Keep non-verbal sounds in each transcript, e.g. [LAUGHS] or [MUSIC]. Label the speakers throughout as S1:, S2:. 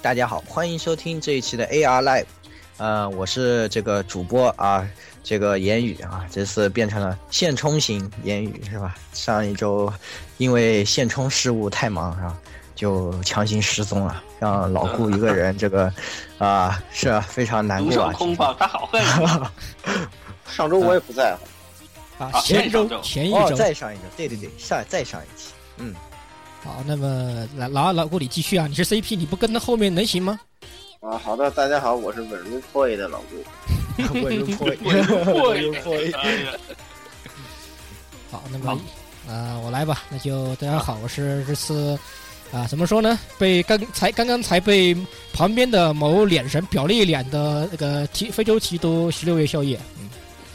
S1: 大家好，欢迎收听这一期的 AR Live，呃，我是这个主播啊，这个言语啊，这次变成了现充型言语是吧？上一周因为现充事务太忙啊，就强行失踪了，让老顾一个人这个 [LAUGHS] 啊是啊非常难
S2: 独
S1: 过
S2: 守 [LAUGHS]
S1: 啊。
S2: 空房，他好恨你！
S3: 上周我也不在，
S4: 啊，
S2: 啊
S4: 前一
S2: 上周
S4: 周前一
S1: 哦，
S4: 周
S1: 再上一个，对对对，上再上一期， [LAUGHS] 嗯，
S4: 好，那么来老二老顾你继续啊，你是 CP，你不跟到后面能行吗？
S3: 啊，好的，大家好，我是稳如破译的老顾。
S1: 我又破译，
S2: 我
S1: 我又
S2: 又破
S1: 破
S2: 一
S1: 译
S2: 个，哎呀，
S4: 好，那么
S2: 好
S4: 啊、我来吧，那就大家好，我是这次啊、怎么说呢？被刚才刚刚才被旁边的某脸神表了一脸的那个提非洲提督十六月宵夜，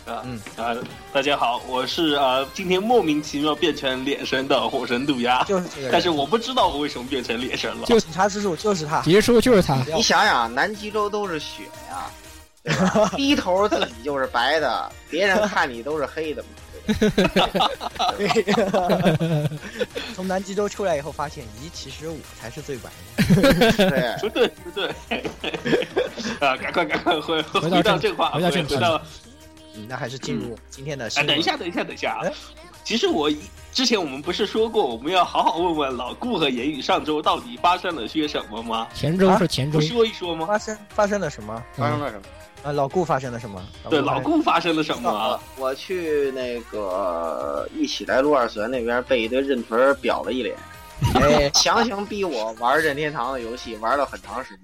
S4: 嗯，
S2: 啊
S1: 嗯
S2: 啊！大家好，我是啊，今天莫名其妙变成脸神的火神渡鸦，
S1: 就是这个人，
S2: 但是我不知道我为什么变成脸神了。 [LAUGHS]
S1: 警察叔叔就是他，
S4: 结束就是他，
S1: 哎
S3: 你想想，南极洲都是雪呀、对吧？低头自己就是白的，别人看你都是黑的嘛。对吧
S1: 从南极洲出来以后，发现，咦，其实我才是最白的。
S3: 对，
S2: 不对不对，啊！赶快赶快回
S4: 回到
S2: 回到
S4: 正
S2: 正话，
S4: 回
S2: 回
S4: 到正题
S2: 回到
S1: 嗯那还是进入今天的新
S2: 哎，
S1: 闻。
S2: 等一下，等一下，等一下啊
S1: 哎！
S2: 其实我一之前我们不是说过，我们要好好问问老顾和言语上周到底发生了些什么吗？
S4: 前周
S1: 啊
S4: 是前周
S2: 不，说一说吗？
S1: 发生发生了什么？
S3: 发生
S4: 嗯，
S3: 了什么？
S1: 啊，老顾发生了什么？
S2: 对，
S1: 发
S2: 老
S1: 生
S2: 顾发生了什么
S3: [LAUGHS]
S2: 啊？
S3: 我去那个一起来路二次元那边被一堆认屯儿表了一脸，
S1: 哎， [LAUGHS]
S3: 强行逼我玩任天堂的游戏，玩了很长时间。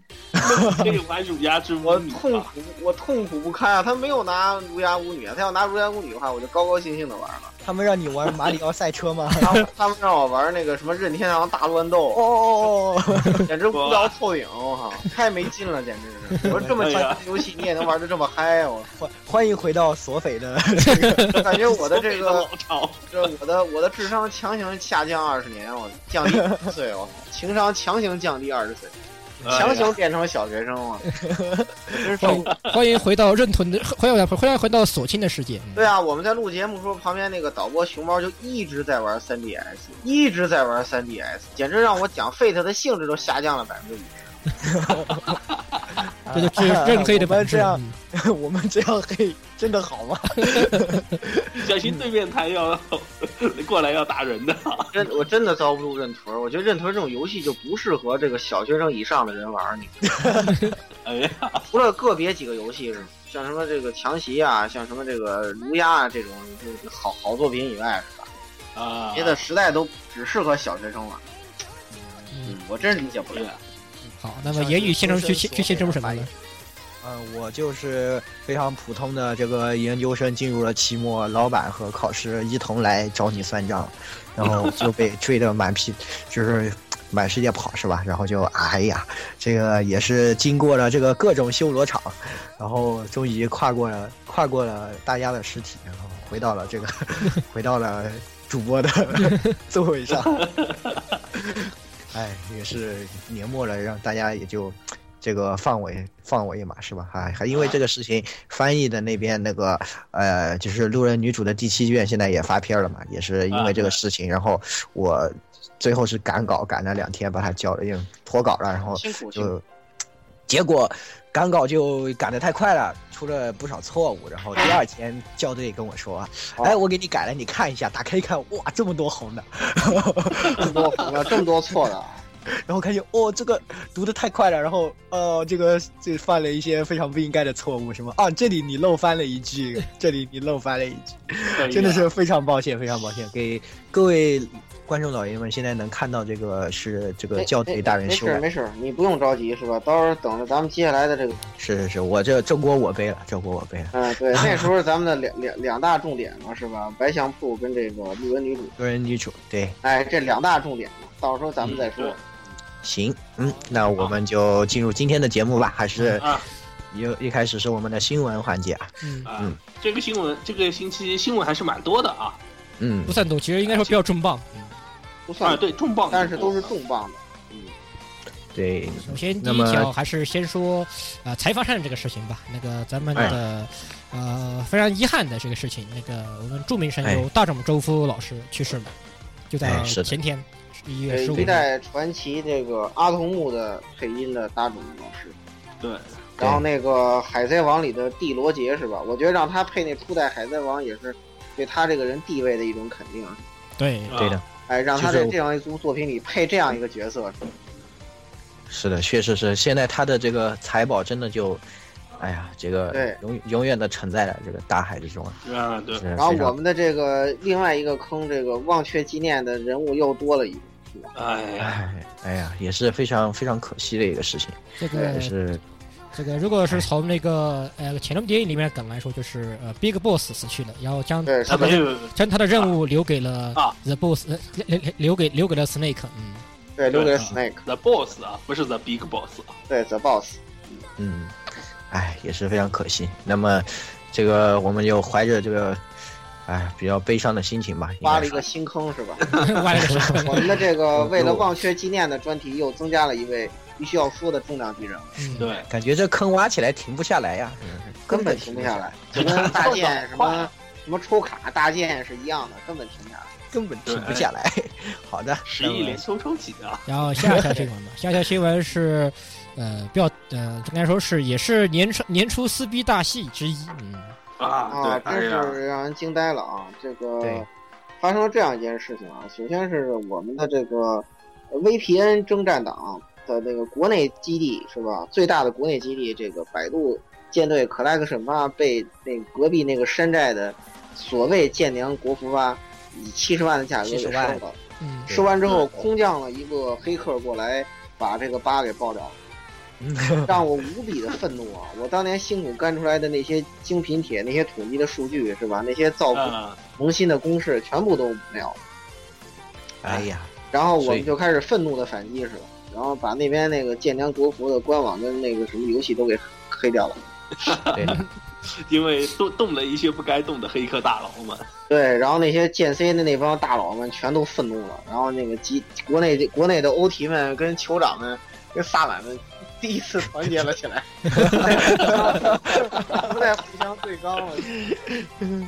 S2: 可以玩乳鸦之
S3: 我
S2: 母女
S3: 痛
S2: 吧？
S3: 苦，我痛苦不堪啊！他没有拿如牙巫女啊，他要拿如牙巫女的话，我就高高兴兴的玩了。
S1: 他们让你玩马里奥赛车
S2: [LAUGHS]
S1: 吗？
S3: 他们他们让我玩那个什么任天堂大乱斗
S1: 哦，哦哦哦哦，
S3: [LAUGHS] 简直无聊透顶！我靠，太没劲了，简直是！我说这么简单的游戏你也能玩的这么嗨，啊我
S1: [LAUGHS] 欢欢迎回到索匪的。
S3: 我感觉我的这个
S2: [LAUGHS] 老巢，
S3: 这我的我的智商强行下降二十年，我降低十岁，我情商强行降低二十岁，
S2: 哎
S3: 强行变成小学生了，我真
S4: 欢
S3: 受
S4: 迎
S3: 不了。
S4: 欢迎回到认屯的，回来回来回到索亲的世界，嗯
S3: 对啊，我们在录节目时候，旁边那个导播熊猫就一直在玩 3DS，一直在玩 3DS，简直让我讲 Fate 的性质都下降了百分之五。
S4: 这就是
S1: [LAUGHS]
S4: 认黑的
S1: 我
S4: 本
S1: 们这，
S4: 质
S1: 样， [LAUGHS]
S4: 嗯
S1: 我们这样黑真的好吗？
S2: 小心对面台要 [LAUGHS] 过来要打人的。 [LAUGHS]
S3: 真我真的遭不住认屯儿，我觉得认屯儿这种游戏就不适合这个小学生以上的人玩儿。你
S2: 哎呀，
S3: 除了个别几个游戏是像什么这个强袭啊，像什么这个如鸦啊这种就是好好作品以外，是吧？
S2: 啊，
S3: 别的实在都只适合小学生玩。
S4: 嗯
S3: 嗯，我真是理解不了。
S4: 好，那么言语现场去去去现场什么呢？
S1: 嗯，我就是非常普通的这个研究生，进入了期末，老板和考试一同来找你算账，然后就被追得满屁，就是满世界跑是吧？然后就哎呀，这个也是经过了这个各种修罗场，然后终于跨过了跨过了大家的尸体，然后回到了这个回到了主播的座位上。哎，也是年末了，让大家也就这个放我一放我一马是吧？还还因为这个事情，翻译的那边那个呃，就是《路人女主》的第七卷现在也发片了嘛，也是因为这个事情，然后我最后是赶稿赶了两天把它交了，因为脱稿了，然后
S3: 嗯辛苦辛苦。
S1: 就结果赶稿就赶得太快了，出了不少错误。然后第二天校对跟我说：“
S3: 哦
S1: 哎，我给你改了，你看一下。”打开一看，哇，这么多红的。
S3: 这么多红的，这么多错的啊，
S1: 然后看见哦，这个读的太快了，然后呃，这个这犯了一些非常不应该的错误，什么啊，这里你漏翻了一句， [LAUGHS] 这里你漏翻了一句，
S2: 哎呀
S1: 真的是非常抱歉，非常抱歉，给各位观众老爷们，现在能看到这个是这个校对大人
S3: 没
S1: 修
S3: 事
S1: 改，
S3: 没事，你不用着急是吧？到时候等着咱们接下来的这个，
S1: 是是是，我这这锅我背了，这锅我背了。
S3: 嗯，对，那时候咱们的两两两大重点嘛是吧？白相铺跟这个路人女主，
S1: 个人女主对，
S3: 哎，这两大重点嘛，到时候咱们再说
S2: 嗯。
S1: 行，嗯，那我们就进入今天的节目吧，还是
S2: 啊
S1: 一一开始是我们的新闻环节啊，
S4: 嗯，
S2: 啊
S1: 嗯！
S2: 这个新闻，这个星期新闻还是蛮多的啊
S1: 嗯
S4: 不，算多，其实应该说比较重磅。
S3: 不算
S2: 啊，，对，重磅，
S3: 但是都是。重磅的。
S1: 对，
S4: 首先第
S1: 那
S4: 一
S1: 么
S4: 条还是先说，呃，财阀扇这个事情吧。那个咱们
S1: 哎
S4: 的，呃，非常遗憾的这个事情，那个我们著名神
S1: 哎
S4: 游大冢周夫老师去世了，就在
S1: 哎是的
S4: 前天。是一月
S3: 给
S4: 十五
S3: 一
S4: 日。
S3: 代传奇这个阿童木的配音的大冢老师，
S2: 对，
S3: 然后那个《海贼王》里的帝罗杰是吧？我觉得让他配那初代《海贼王》也是对他这个人地位的一种肯定。啊
S4: 对，
S2: 啊
S1: 对的，
S3: 哎，让他
S1: 就
S3: 在
S1: 是
S3: 这样一组作品里配这样一个角色，
S1: 是的，确实是。现在他的这个财宝真的就，哎呀，这个
S3: 对
S1: 永永远的沉在了这个大海之中啊。
S2: 啊啊对
S1: 是，
S3: 然后
S1: 非常
S3: 我们的这个另外一个坑，这个忘却纪念的人物又多了一个。
S2: 哎呀，
S1: 哎哎呀，也是非常非常可惜的一个事情，
S4: 这
S1: 也
S2: 哎
S4: 个
S1: 是
S4: 这个，如果是从那个呃《潜龙谍影》里面的梗来说，就是呃 Big Boss 死去了，然后将
S3: 对，
S2: 他
S3: 是
S2: 没
S1: 啊
S3: 的，
S2: 有
S4: 将他的任务留给了
S2: 啊
S4: The Boss，呃留留留给留给了 Snake。嗯， [LAUGHS]
S3: 对，留
S2: 对
S3: 给 Snake，
S2: The Boss 啊，不是 The Big Boss 啊。
S3: 对 The Boss。
S1: 嗯，哎，也是非常可惜。那么，这个我们就怀着这个，哎，比较悲伤的心情吧。应
S3: 挖
S1: 该
S3: 了一
S1: 说
S3: 个新坑是吧？
S4: 挖了个屎
S3: 我 [LAUGHS] 们的这个为了忘却纪念的专题又增加了一位必须要说的重量级人物，
S4: 嗯，
S2: 对，
S1: 感觉这坑挖起来停不下来呀，
S3: 嗯根本停不下，来。就 [LAUGHS] 跟大剑什么什么抽卡大剑是一样的，根本停不下来。
S1: 根本停不下来。 [LAUGHS] 好的，
S2: 十亿连抽抽起啊，
S4: 然后下一条新闻吧，下一条新闻是，呃，比较呃，应该说是也是年初年初撕逼大戏之一。嗯，
S2: 啊
S3: 啊，
S2: 对，
S3: 真
S2: 哎呀，
S3: 是让人惊呆了啊！这个
S1: 对
S3: 发生了这样一件事情啊，首先是我们的这个呃 VPN 征战党的那个国内基地是吧？最大的国内基地，这个百度舰队可莱克什巴被那隔壁那个山寨的所谓舰娘国服吧，以七十万的价格给收
S1: 70万
S3: 了。
S4: 嗯，
S3: 收完之后，空降了一个黑客过来，把这个八给爆掉了。让我无比的愤怒啊！我当年辛苦干出来的那些精品帖、那些统计的数据是吧？那些造
S1: 嗯
S3: 福
S2: 啊，
S3: 萌新的公式全部都没有了。
S1: [LAUGHS] 哎呀，
S3: 然后我
S1: 所以
S3: 们就开始愤怒的反击是吧？然后把那边那个建良国服的官网跟那个什么游戏都给黑掉了。
S1: 对的，
S2: 因为动动了一些不该动的黑客大佬们，
S3: 对，然后那些建 C 的那帮大佬们全都愤怒了，然后那个集国内国内的欧提们跟酋长们跟萨满们第一次团结了
S1: [LAUGHS]
S3: 起来， [LAUGHS] 不再互相对刚了。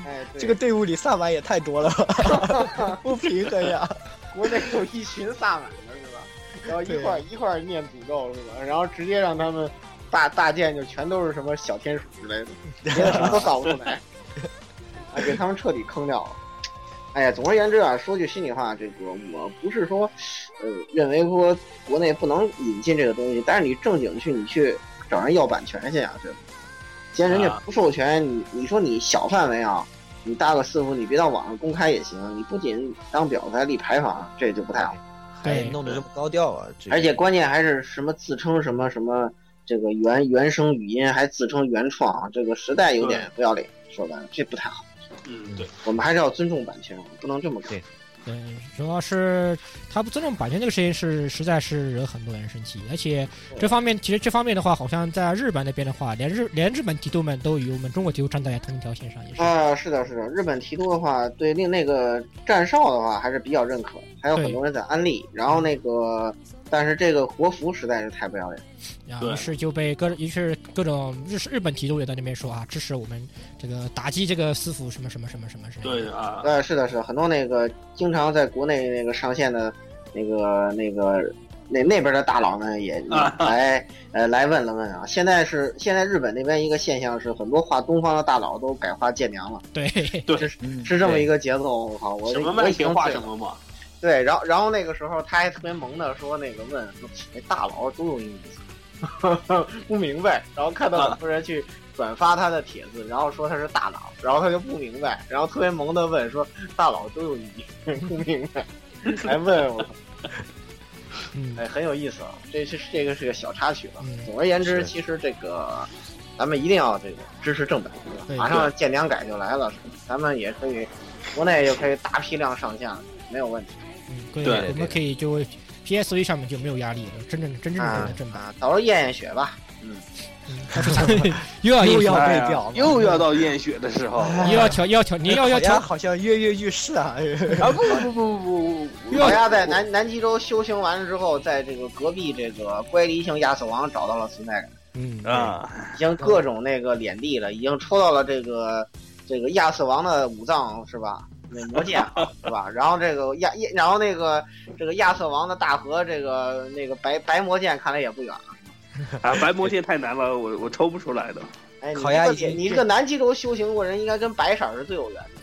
S3: 哎，对
S1: 这个队伍里萨满也太多了吧，不平衡呀。
S3: 国内有一群萨满的是吧？然后一块儿一块儿念诅咒是吧？然后直接让他们大大剑就全都是什么小天鼠之类的，别的什么都搞不出来，啊，给他们彻底坑掉了。哎呀，总而言之啊，说句心里话，这个我不是说，呃，认为说国内不能引进这个东西，但是你正经去，你去找人要版权去啊，对吧？既然人家
S2: 啊
S3: 不授权，你你说你小范围啊，你搭个伺服，你别到网上公开也行，你不仅当婊子还立牌坊，这就不太好。
S1: 还
S4: 对
S1: 哎弄得这么高调啊！这个
S3: 而且关键还是什么自称什么什么这个原原生语音，还自称原创啊，这个实在有点不要脸，说白了这不太好。
S2: 嗯，对，
S3: 我们还是要尊重版权，我们不能这么干
S1: 对。
S4: 对，主要是他不尊重版权这个事情是实在是惹很多人生气，而且这方面其实这方面的话，好像在日本那边的话，连日连日本提督们都与我们中国提督站在同一条线上，也是。
S3: 啊、是的，是的，日本提督的话，对另那个战少的话还是比较认可，还有
S4: 对
S3: 很多人在安利。然后那个，但是这个国服实在是太不要脸了。
S4: 然后
S2: 对
S4: 于是就被各于是各种日日本提督也在那边说啊，支持我们这个打击这个私服什么什么什么什么之类的。
S2: 对啊，
S3: 呃，是的，是的，很多那个经常在国内那个上线的，那个那个那那边的大佬们也也
S2: 啊
S3: 来呃来问了问啊。现在是现在日本那边一个现象是，很多画东方的大佬都改画剑娘了，
S4: 对对
S1: 嗯
S3: 是这么一个节奏。我靠，我
S2: 什么
S3: 我
S2: 慢
S3: 已经
S2: 钱画
S3: 醉
S2: 什
S3: 了
S2: 么嘛，
S3: 对，然后然后那个时候他还特别萌的说那个问说，哎，大佬都用英语词， [LAUGHS] 不明白。然后看到很多人去转发他的帖子，然后说他是大佬，然后他就不明白，然后特别萌的问说，大佬都用英语， [LAUGHS] 不明白，还问我，
S4: 嗯，
S3: 哎，很有意思啊。这是这个是个小插曲了
S4: 嗯。
S3: 总而言之，
S1: 是
S3: 其实这个咱们一定要这个支持正版，
S4: 对
S3: 马上建良改就来了，咱们也可以国内就可以大批量上线了，没有问题。
S4: 嗯，对，
S2: 对
S1: 对
S4: 我们可以就 PSV 上面就没有压力了，真正真正的正版。
S3: 啊，到时候验验血吧。
S4: 嗯， [LAUGHS] 但是咱们又要
S1: 又
S4: [LAUGHS] 又
S1: 要
S4: 要
S1: 被表了
S2: 又要到验血的时候
S1: 哎
S4: 又要调又要调，你要要
S1: 好像
S4: 调，
S1: 好像跃跃欲试啊！ [LAUGHS]
S2: [LAUGHS] 啊！不不不不不不不，
S3: 老鸭在南南极洲修行完之后，在这个隔壁这个乖离性亚瑟王找到了存在感，
S4: 嗯，
S2: 啊，
S3: 已经各种那个脸地了，已经抽到了这个这个亚瑟王的五脏是吧？那魔剑，对吧？然后这个亚亚，然后那个这个亚瑟王的大和这个那个白白魔剑，看来也不远了。
S2: 啊，白魔剑太难了，我我抽不出来的。
S3: 哎，你
S1: 烤鸭
S3: 这个
S1: 已经
S3: 脸你这个南极洲修行过人，应该跟白色儿是最有缘的。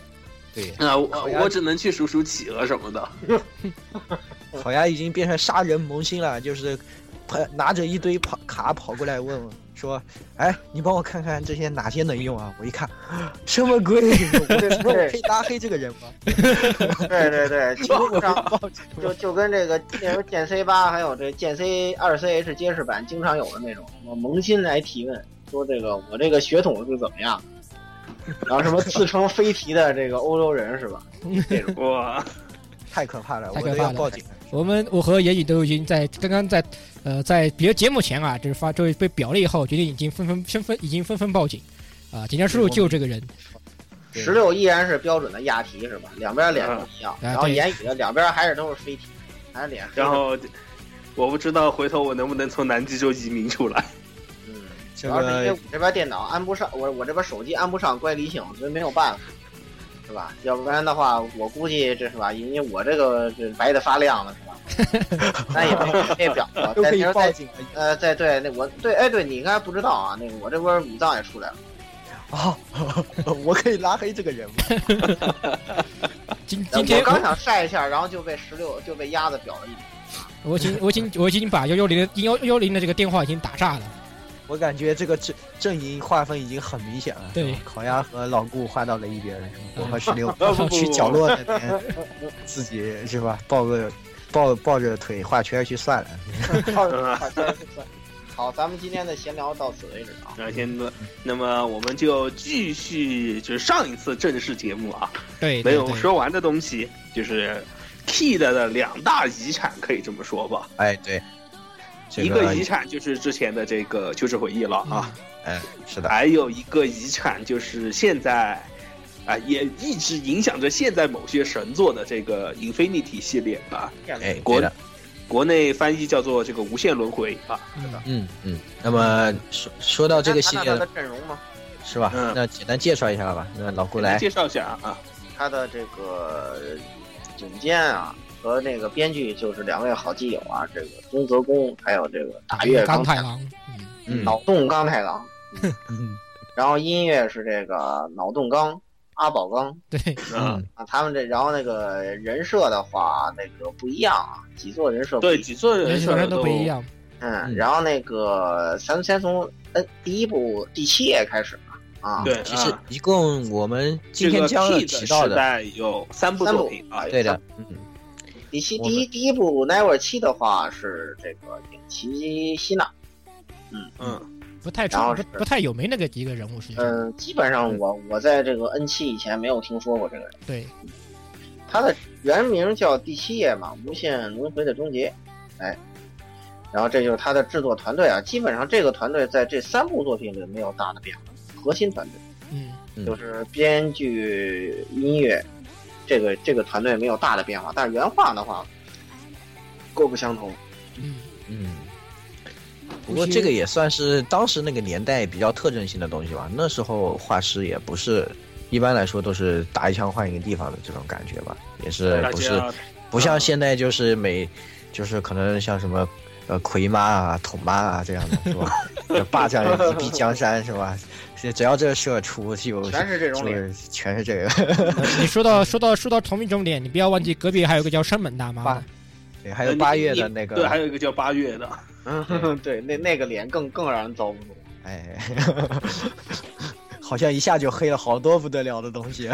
S1: 对，
S2: 啊，我我只能去数数企鹅什么的。
S1: 烤鸭已经变成杀人萌新了，就是跑拿着一堆跑卡跑过来问我说：“哎，你帮我看看这些哪些能用啊？”我一看，什么鬼？我
S3: 对
S1: [LAUGHS] 我
S3: 对
S1: 可以拉黑这个人吗？ [LAUGHS]
S2: [LAUGHS]
S3: 对对对，基本上就就跟这个那时候剑 C 八还有这剑 C 二 CH 揭示版经常有的那种，什么萌新来提问说这个我这个血统是怎么样的，然后什么自称飞提的这个欧洲人是吧？
S2: [LAUGHS] 哇，
S1: 太可怕了，
S4: 太
S1: 我
S4: 可
S1: 都
S4: 怕
S1: 要
S4: 了
S1: 报警了。
S4: 我们我和野影都已经在刚刚在呃在别的节目前啊，就是发就是被表了以后，决定已经纷纷纷纷已经纷纷报警啊，警察叔叔救这个人
S1: 对
S3: 十六依然是标准的亚提是吧？两边脸都一样，
S4: 嗯
S3: 然后言语的两边还是都是飞提，还是脸黑的。
S2: 啊然后我不知道回头我能不能从南极洲移民出来。
S3: 嗯，
S1: 这
S3: 主要是因为
S1: 个
S3: 我这边电脑安不上，我我这边手机安不上乖离性，所以没有办法，是吧？要不然的话，我估计这是吧，因为我这个这白的发亮了，是吧？那也没没表了，
S1: 都
S3: 在
S1: 可以
S3: 那
S1: 报
S3: 在
S1: 警了
S3: 呃，在对那我对哎对，你应该不知道啊，那个我这边五藏也出来了，
S1: 啊！ [LAUGHS] 我可以拉黑这个人吗？ [LAUGHS]
S4: 今今
S3: 我
S4: 天
S3: 刚想晒一下，然后就被十六就被鸭子表了一笔，
S4: 我已经我已经我已经把幺幺零的幺幺零的这个电话已经打炸了，
S1: 我感觉这个阵阵营划分已经很明显了。
S4: 对，
S1: 烤鸭和老顾划到了一边，我和
S4: 嗯
S1: 十 [LAUGHS] 六
S2: 不不不
S1: 去角落 [LAUGHS] 那边，自己是吧？抱个抱抱着腿画圈去算了。
S3: 靠靠真是算好，咱们今天的闲聊到此为止啊。
S2: 那现在，那么我们就继续，就是上一次正式节目啊，
S4: 对，
S2: 没
S4: 对
S2: 有
S4: 对
S2: 说完的东西，就是 Kid 的两大遗产，可以这么说吧。
S1: 哎，对，这
S2: 一个遗产就是之前的这个《旧事回忆》了
S4: 嗯
S2: 啊，
S1: 哎，是的，
S2: 还有一个遗产就是现在，啊，也一直影响着现在某些神作的这个 Infinity 系列啊，
S1: 哎，
S2: 国
S1: 对的，
S2: 国内翻译叫做这个无限轮回啊。
S4: 嗯
S1: 嗯嗯。那么说说到这个系
S3: 看
S1: 列
S3: 看
S1: 了
S3: 他的阵容吗？
S1: 是吧
S2: 嗯？
S1: 那简单介绍一下吧。那老顾来，
S2: 介绍一下啊，
S3: 他的这个总监啊和那个编剧就是两位好基友啊，这个中泽公还有这个大月
S4: 钢
S3: 刚
S4: 太郎，嗯，
S1: 嗯，
S3: 脑洞刚太郎，
S1: 嗯
S3: 然后音乐是这个脑洞刚阿宝刚
S4: 对，
S2: 啊，
S1: 嗯
S3: 啊，他们这然后那个人设的话，那个不一样啊，几座人设不
S2: 对，
S3: 一样，
S2: 几座人
S4: 人
S2: 设
S4: 人都不一。样，
S3: 嗯，
S1: 嗯
S3: 然后那个咱们先从呃第一部第七页开始吧啊，
S2: 对
S1: 其实
S2: 啊
S1: 一共我们今
S2: 这
S1: 天
S2: 个
S1: 将要
S2: Kid
S1: 提到
S2: 时
S1: 的，
S2: 代有三部
S3: 三
S2: 作
S3: 部
S2: 品啊，
S1: 对的，嗯，
S3: 第七
S1: 我们
S3: 第一第一部 Never 七的话是这个影崎希娜。
S2: 嗯，
S4: 不太出
S3: 然后
S4: 不
S3: 是
S4: 不太有名那个一个人物，实际上
S3: 嗯，基本上我我在这个 N 七以前没有听说过这个人，
S4: 对，
S3: 他的原名叫第七页嘛，无限轮回的终结，哎，然后这就是他的制作团队啊，基本上这个团队在这三部作品里没有大的变化，核心团队
S4: 嗯，
S1: 嗯
S3: 就是编剧、音乐，这个这个团队没有大的变化，但是原画的话各不相同，
S4: 嗯， [LAUGHS]
S1: 嗯，不过这个也算是当时那个年代比较特征性的东西吧。那时候画师也不是，一般来说都是打一枪换一个地方的这种感觉吧，也是
S2: 大
S1: 不是
S2: 家啊
S1: 不像现在就是每，就是可能像什么呃魁妈啊、桶妈啊这样的是吧？ [LAUGHS] 就霸占一臂江山是吧？ [LAUGHS] 是只要这个社出就
S3: 全是这种
S1: 就
S3: 脸。
S1: 是全是这个，
S4: 你说到说到说到同名种脸，你不要忘记隔壁还有个叫山本大妈 [LAUGHS]
S1: 吧
S4: 的，
S1: 对，还
S2: 呃
S1: 有八月的那
S2: 对，还
S1: 个，
S2: 有一个叫八月的，
S3: 嗯， [LAUGHS] 对，那那个脸更更让人遭不住。
S1: 哎，好像一下就黑了好多不得了的东西。
S4: 我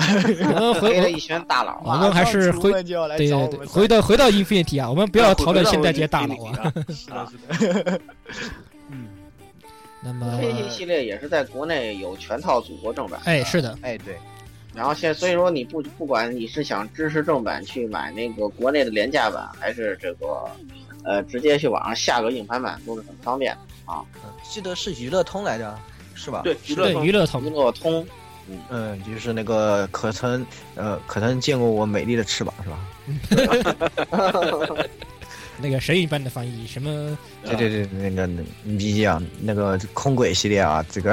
S4: 们回
S3: 黑
S4: 我
S3: 了
S4: 们
S3: 一群大佬
S4: 我
S3: 啊，
S4: 们还是
S1: 马上
S4: 回
S1: 出门就要来
S4: 对
S1: 找
S4: 对
S1: 我
S4: 对，
S1: 们
S4: 回到回到 Infinity 啊，我们不
S2: 不
S4: 要讨论现在这些大佬 [LAUGHS]
S2: 啊。
S4: 啊。
S1: 是
S2: 的
S1: 的，
S2: 是
S1: 是的。
S4: 那
S3: 黑
S4: 么，
S3: 心系列也是在国内有全套祖国正版，
S4: 哎，是的，
S1: 哎，对，
S3: 然后现所以说你不不管你是想支持正版去买那个国内的廉价版，还是这个呃直接去网上下个硬盘版都是很方便。
S1: 嗯记得是娱乐通来着，是吧？
S2: 啊对，娱乐
S4: 对
S2: 风
S4: 娱乐
S3: 娱
S4: 通，
S3: 乐通
S1: 嗯，就是那个可曾呃，可曾见过我美丽的翅膀是吧？
S4: 那个神一般的翻译，什么
S1: 啊对
S2: [LAUGHS]
S1: 对对，那个那个你一样，那个空轨系列啊，这个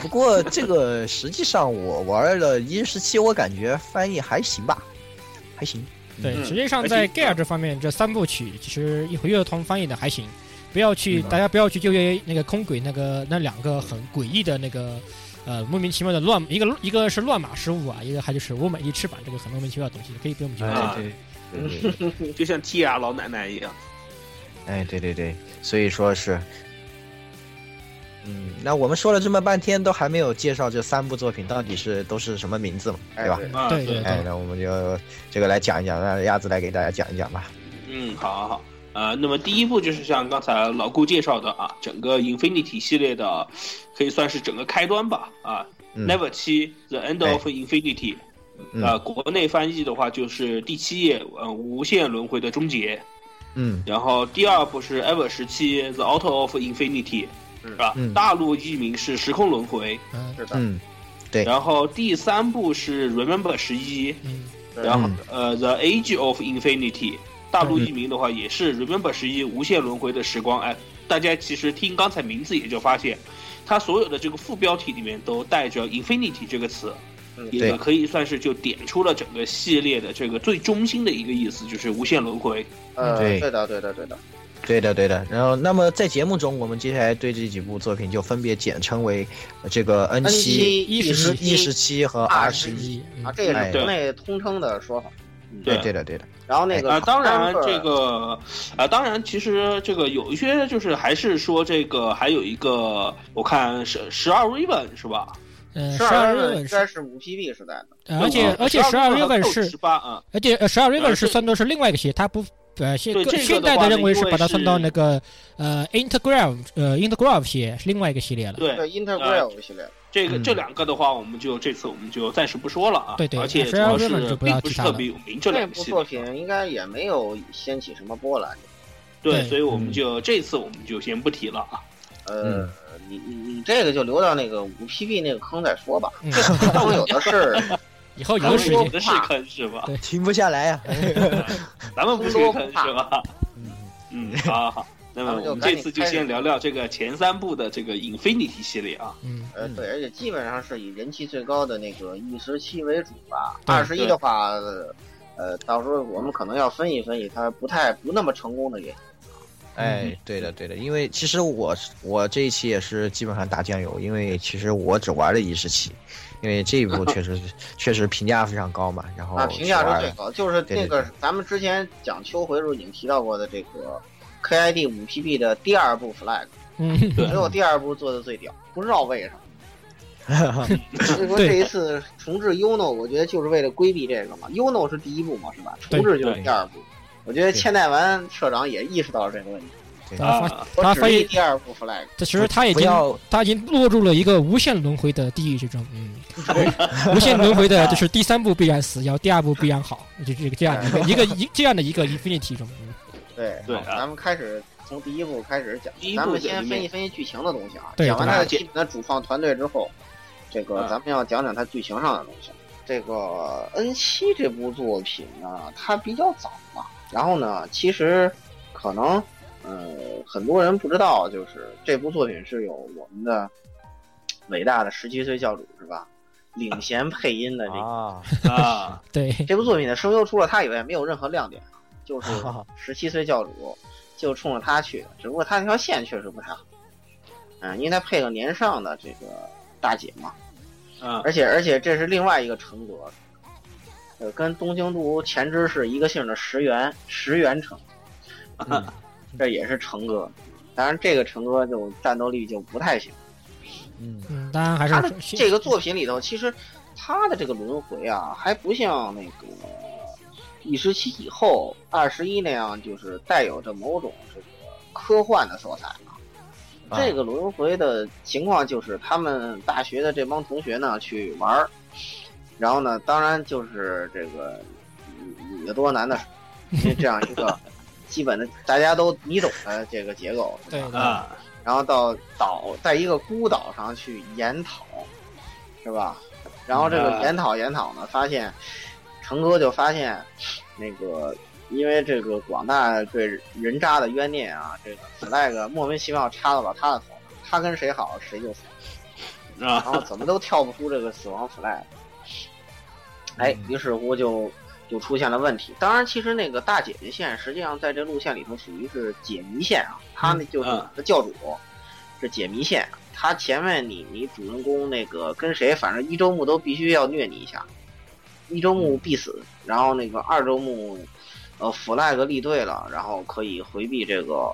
S1: 不过这个实际上我玩了一十七，我感觉翻译还行吧，还行。
S4: 对，
S2: 嗯
S4: 哎实际上
S2: 而
S4: 在
S2: 且
S4: Gear 这方面，这三部曲其实一回乐团翻译的还行，不要去
S1: 嗯
S4: 大家不要去纠结那个空轨那个那两个很诡异的那个呃莫名其妙的乱，一个一个是乱码失误啊，一个还就是我满意翅膀这个很莫名其妙的东西，可以不用去纠
S2: 啊
S4: 结。
S1: 哎对对对对，
S2: 就像 T R 老奶奶一样。
S1: 哎对对对，所以说是，嗯，那我们说了这么半天，都还没有介绍这三部作品到底是都是什么名字嘛，
S3: 哎
S1: 对吧？
S3: 对
S2: 啊
S4: 对对
S1: 哎，那我们就这个来讲一讲，让鸭子来给大家讲一讲吧。
S2: 嗯，好好好。呃，那么第一部就是像刚才老顾介绍的啊，整个 Infinity 系列的，可以算是整个开端吧啊。
S1: 嗯哎
S2: Level 七 The End of Infinity，、
S1: 嗯
S2: 呃，国内翻译的话就是第七页，呃，无限轮回的终结。
S1: 嗯
S2: 然后第二部是 Ever 十七 The Out of Infinity，是吧？
S1: 嗯
S2: 大陆译名是时空轮回。
S4: 嗯
S3: 是的，
S1: 嗯对
S2: 然后第三部是 Remember 十一，
S4: 嗯，
S3: 对
S2: 然后呃 The Age of Infinity，大陆译名的话也是 Remember 十一无限轮回的时光。哎，大家其实听刚才名字也就发现，它所有的这个副标题里面都带着 Infinity 这个词
S3: 嗯，
S2: 也
S1: 对
S2: 可以算是就点出了整个系列的这个最中心的一个意思，就是无限轮回。
S3: 呃，
S1: 对
S3: 对的，对的，对的，
S1: 对的，对的。然后，那么在节目中，我们接下来对这几部作品就分别简称为呃这个 N 七、
S3: 一
S4: 17
S1: E 十七和 R 十一。
S4: 一
S2: 嗯
S3: 啊，这也
S1: 哎
S3: 是国内通称的说法。
S1: 对，对的，对的。
S3: 然嗯后那个
S2: 啊，当然
S3: Amber，
S2: 这个，啊，当然其实这个有一些就是还是说这个还有一个，我看十十二 Raven 是吧？
S4: 嗯，
S3: 十
S4: 十二
S3: 二
S4: Raven
S3: 应
S4: 是，
S3: 该是五 PB 时代的，
S4: 呃而且而且十二 Raven 是
S2: 啊十八啊，
S4: 而且呃，十二 Raven
S2: 呃
S4: 是
S2: 是
S4: 算作是另外一个系，它不呃现
S2: 对
S4: 个
S2: 这个
S4: 现
S2: 的
S4: 在
S2: 话
S4: 的
S2: 呢
S4: 认为是
S2: 因为
S4: 把它算到
S2: 是
S4: 那个呃 Intergraph 呃 Intergraph 系列是另外一个系列了。
S2: 对，呃
S3: 对 Intergraph 系列。
S2: 这个
S1: 嗯
S2: 这两个的话，我们就这次我们就暂时不说了啊。
S4: 对对
S2: 而且主
S4: 12
S2: 要
S4: Raven
S2: 是
S4: 就不
S2: 并
S4: 要
S2: 不
S4: 提
S2: 是
S4: 它
S2: 特
S4: 了
S2: 别有名这
S3: 这
S2: 两个
S3: 部
S2: 系
S3: 作
S2: 列，
S3: 品应该也没有掀起什么波澜。
S2: 对，
S4: 对
S2: 所以我们
S1: 嗯
S2: 就这次我们就先不提了啊。
S3: 呃，你你你这个就留到那个五 PB 那个坑再
S1: [LAUGHS]
S3: 说吧，
S4: 嗯，
S3: 坑有的是。
S4: 以后有
S2: 咱们
S4: 的时
S2: 有
S4: 间
S2: 的是坑是吧？
S4: 对
S1: 停不下来呀、
S2: 咱们不是坑是吧？
S1: 嗯
S2: 嗯，好好好。那么我们这次就先聊聊这个前三部的这个 Infinity 系列
S4: [LAUGHS]
S2: 啊。
S4: 嗯
S3: 呃，
S1: 嗯
S3: 对，而且基本上是以人气最高的那个 E 十七为主吧。
S4: 对
S3: 二十一的话，呃，到时候我们可能要分析分析它不太不那么成功的原因。
S1: 哎，对的，对的。因为其实我是我这一期也是基本上打酱油，因为其实我只玩了一十七，因为这一部确实确实评价非常高嘛，然后
S3: 啊，评价
S1: 去玩
S3: 是最
S1: 了
S3: 高，就是
S1: 哦对
S3: 那
S1: 对
S3: 个咱们之前讲秋回的时候已经提到过的这个 KID 五 PB 的第二部 flag，
S4: 嗯，
S2: 对
S3: 只有第二部做的最屌，不知道为什么。
S1: [LAUGHS]
S3: 所以说
S4: 对
S3: 这一次重置 UNO，我觉得就是为了规避这个嘛。UNO 是第一部嘛，是吧？重置就是第二部。我觉得
S1: 对
S3: 千代丸社长也意识到了这个问题，
S1: 对
S4: 啊发
S2: 啊，
S4: 他
S3: 我
S4: 发
S3: 只立
S4: 现
S3: 第二部 flag。
S4: 这其实他已
S1: 不
S4: 经
S1: 要
S4: 他已经落入了一个无限轮回的地狱之中，嗯，无限轮回的就是第三部必然死，然后第二部必然好，就这个这样的一个一个一这样的一个 Infinity 中，嗯
S3: 对
S2: 对
S3: 好
S2: 啊
S3: 咱们开始从第一部开始讲
S2: 第一，部
S3: 咱们
S2: 在
S3: 先
S2: 里
S3: 分
S2: 面
S3: 析分析剧情的东西啊。
S4: 对
S3: 讲完
S4: 对
S3: 它的
S2: 对
S3: 基本的主创团队之后，这个
S2: 嗯
S3: 咱们要讲讲它剧情上的东西。这个 N 七这部作品呢，它比较早嘛，然后呢，其实可能呃很多人不知道，就是这部作品是有我们的伟大的十七岁教主是吧？领衔配音的这个、
S1: 啊，
S2: 啊，
S4: 对，
S3: 这部作品的声优除了他以外没有任何亮点，啊
S1: [LAUGHS]
S3: 就是十七岁教主就冲着他去的，只不过他那条线确实不太好，嗯，因为他配个年上的这个大姐嘛，
S2: 嗯，
S3: [LAUGHS] 而且而且这是另外一个成格，呃，跟东京都无前知是一个姓的石原石原城，
S1: 嗯
S3: 这也是成哥，当然这个成哥就战斗力就不太行。
S1: 嗯
S4: 嗯，当然还
S3: 他的
S4: 是
S3: 这个作品里头，其实他的这个轮回啊，还不像那个一十七以后二十一那样，就是带有着某种这个科幻的色彩啊。
S1: 啊
S3: 这个轮回的情况就是，他们大学的这帮同学呢去玩儿，然后呢，当然就是这个女女的多男的少，因为这样一
S4: [LAUGHS]
S3: 个基本的大家都你懂的这个结构，
S4: 对
S3: 吧？
S4: 的，
S2: 啊，
S3: 然后到岛，在一个孤岛上去研讨，是吧？然后这个
S2: 嗯
S3: 研讨研讨呢，发现成哥就发现，那个因为这个广大对人渣的冤念啊，这个 flag 莫名其妙插到了他的头上，他跟谁好谁就死。
S2: 是吧？
S3: 然后怎么都跳不出这个死亡 flag。哎，
S2: 嗯
S3: 于是乎就就出现了问题。当然，其实那个大姐姐线实际上在这路线里头属于是解谜线啊，她那就是
S2: 嗯
S3: 那教主是解谜线。啊她前面你你主人公那个跟谁，反正一周目都必须要虐你一下，一周
S2: 嗯
S3: 目必死，然后那个二周目呃 flag 立对了，然后可以回避这个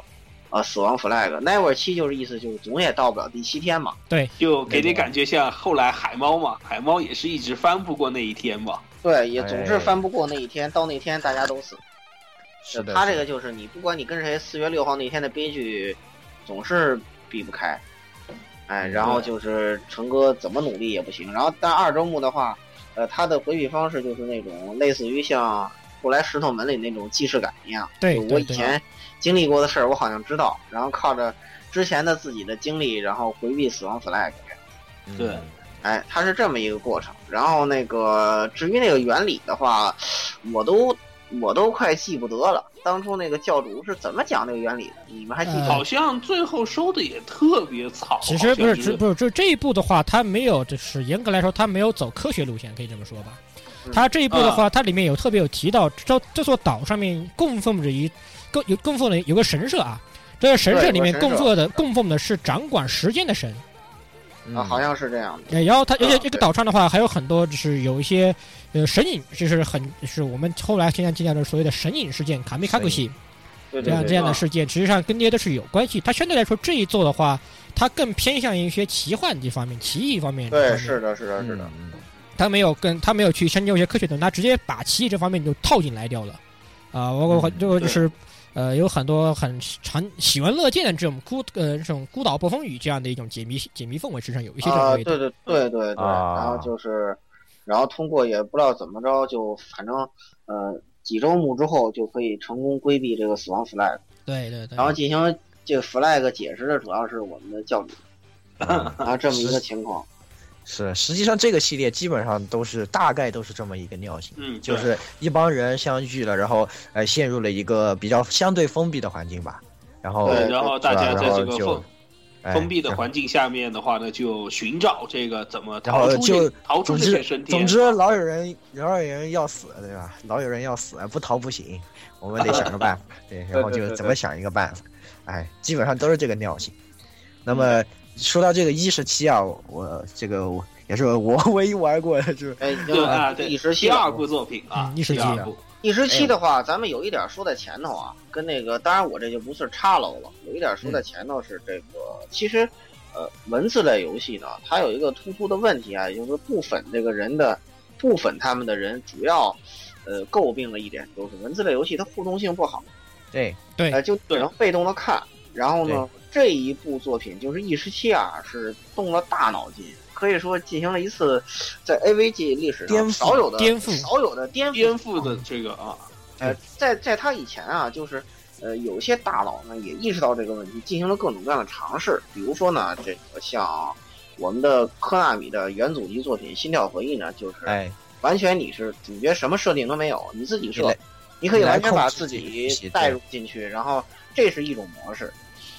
S3: 呃死亡 flag。那会儿七就是意思就是总也到不了第七天嘛。
S2: 就给你感觉像后来海猫嘛，海猫也是一直翻不过那一天嘛。
S3: 对，也总是
S1: 哎
S3: 翻不过那一天，到那天大家都死。
S1: 是的，
S3: 他这
S1: 是
S3: 个就是你不管你跟谁，四月六号那天的悲剧总是避不开。哎，
S1: 嗯
S3: 然后就是成哥怎么努力也不行。然后但二周目的话，呃，他的回避方式就是那种类似于像后来石头门里那种既视感一样，
S4: 对
S3: 就
S4: 对
S3: 我以
S4: 对
S3: 前经历过的事儿，我好像知道，然后靠着之前的自己的经历，然后回避死亡 flag。
S1: 嗯
S2: 对
S3: 哎，它是这么一个过程。然后那个至于那个原理的话，我都我都快记不得了。当初那个教主是怎么讲那个原理的？你们还记得吗？
S2: 好像最后收的也特别草，
S4: 嗯其实不
S2: 好像
S4: 是，这
S2: 就
S4: 不是，就是这一步的话，它没有，就是严格来说，它没有走科学路线，可以这么说吧。
S3: 嗯
S4: 它这一步的话，它里面有特别有提到，这这座岛上面供奉着一供有供奉了有个神社啊，这个神社
S3: 对
S4: 里面
S3: 有个神
S4: 供
S3: 社
S4: 奉的供奉的是掌管时间的神，
S3: 啊，好
S1: 像
S3: 像是这样的。
S4: 呃然后它而且
S3: 啊
S4: 这个
S3: 对
S4: 岛上的话还有很多就是有一些呃神隐，就是很就是我们后来现在见到的所谓的神隐事件，卡米卡古西，
S3: 对
S4: 这
S3: 对
S4: 样
S3: 对
S4: 这样的
S2: 啊
S4: 事件，实际上跟这些都是有关系。它相对来说这一座的话，它更偏向于一些奇幻这方面、奇异方面。
S3: 对，是的，是的，是的。，
S1: 嗯
S4: 他没有跟他没有去深究一些科学的东西，他直接把奇异这方面就套进来掉了，啊、包括
S1: 嗯
S4: 就就是呃有很多很常喜闻乐见的这种孤呃这种孤岛暴风雨这样的一种解谜解谜氛围，实际上有一些这种
S3: 啊，对
S4: 味道。
S3: 对对对对对。
S1: 啊
S3: 然后就是，然后通过也不知道怎么着，就反正呃几周目之后就可以成功规避这个死亡 flag，
S4: 对对对
S3: 然后进行这个 flag 解释的主要是我们的教主
S1: 嗯
S3: 啊这么一
S1: 是
S3: 个情况。
S1: 是，实际上这个系列基本上都是大概都是这么一个尿性，
S2: 嗯，
S1: 就
S2: 对
S1: 是一帮人相聚了，然后呃陷入了一个比较相对封闭的环境吧，然后
S2: 对，
S3: 对
S2: 哦然后大家在这个
S1: 然后
S2: 封
S1: 就哎
S2: 封闭的
S1: 然后
S2: 环境下面的话呢，就寻找这个怎么
S1: 然后
S2: 逃出这
S1: 就
S2: 逃出
S1: 总
S2: 这
S1: 之
S2: 片升天。啊
S1: 总之老有人老有人要死，对吧？ [LAUGHS] 老有人要死，不逃不行，我们得想个办法。
S2: [LAUGHS]
S1: 对，然后
S3: 对对
S1: 就
S3: 对
S1: 怎么想一个办法，哎，基本上都是这个尿性。那么说到这个一十七啊，我我这个我也是我 [LAUGHS] 唯一玩过的，就是
S3: 哎，已经
S2: 对啊，对，
S3: 一时
S2: 第
S3: 期了
S2: 二部作品啊，
S4: 嗯一时
S2: 第
S4: 期
S2: 二
S1: 的
S2: 部
S3: 一时期的话，咱们有一点说在前头啊，跟那个当然我这就不是插楼了，有一点说在前头是这个，其实呃文字类游戏呢，它有一个突出的问题啊，也就是部分这个人的部分他们的人主要呃诟病了一点，就是文字类游戏它互动性不好，
S1: 对，
S4: 对
S3: 呃就只能被动的看，然后呢这一部作品就是一时期啊是动了大脑筋。可以说进行了一次在 AVG 历史
S1: 颠
S3: 上
S1: 覆
S3: 少有的
S4: 颠覆
S3: 少有的颠覆
S2: 颠覆的这个啊，
S3: 呃，在在他以前啊，就是呃，有些大佬呢也意识到这个问题，进行了各种各样的尝试。比如说呢，这个像我们的科纳米的元祖级作品《心跳回忆》呢，就是
S1: 哎，
S3: 完全你是主角什么设定都没有，你自己
S1: 你
S3: 设
S1: 来，
S3: 你可以完全把
S1: 你来控制
S3: 自己
S1: 自己
S3: 带入进去，然后这是一种模式。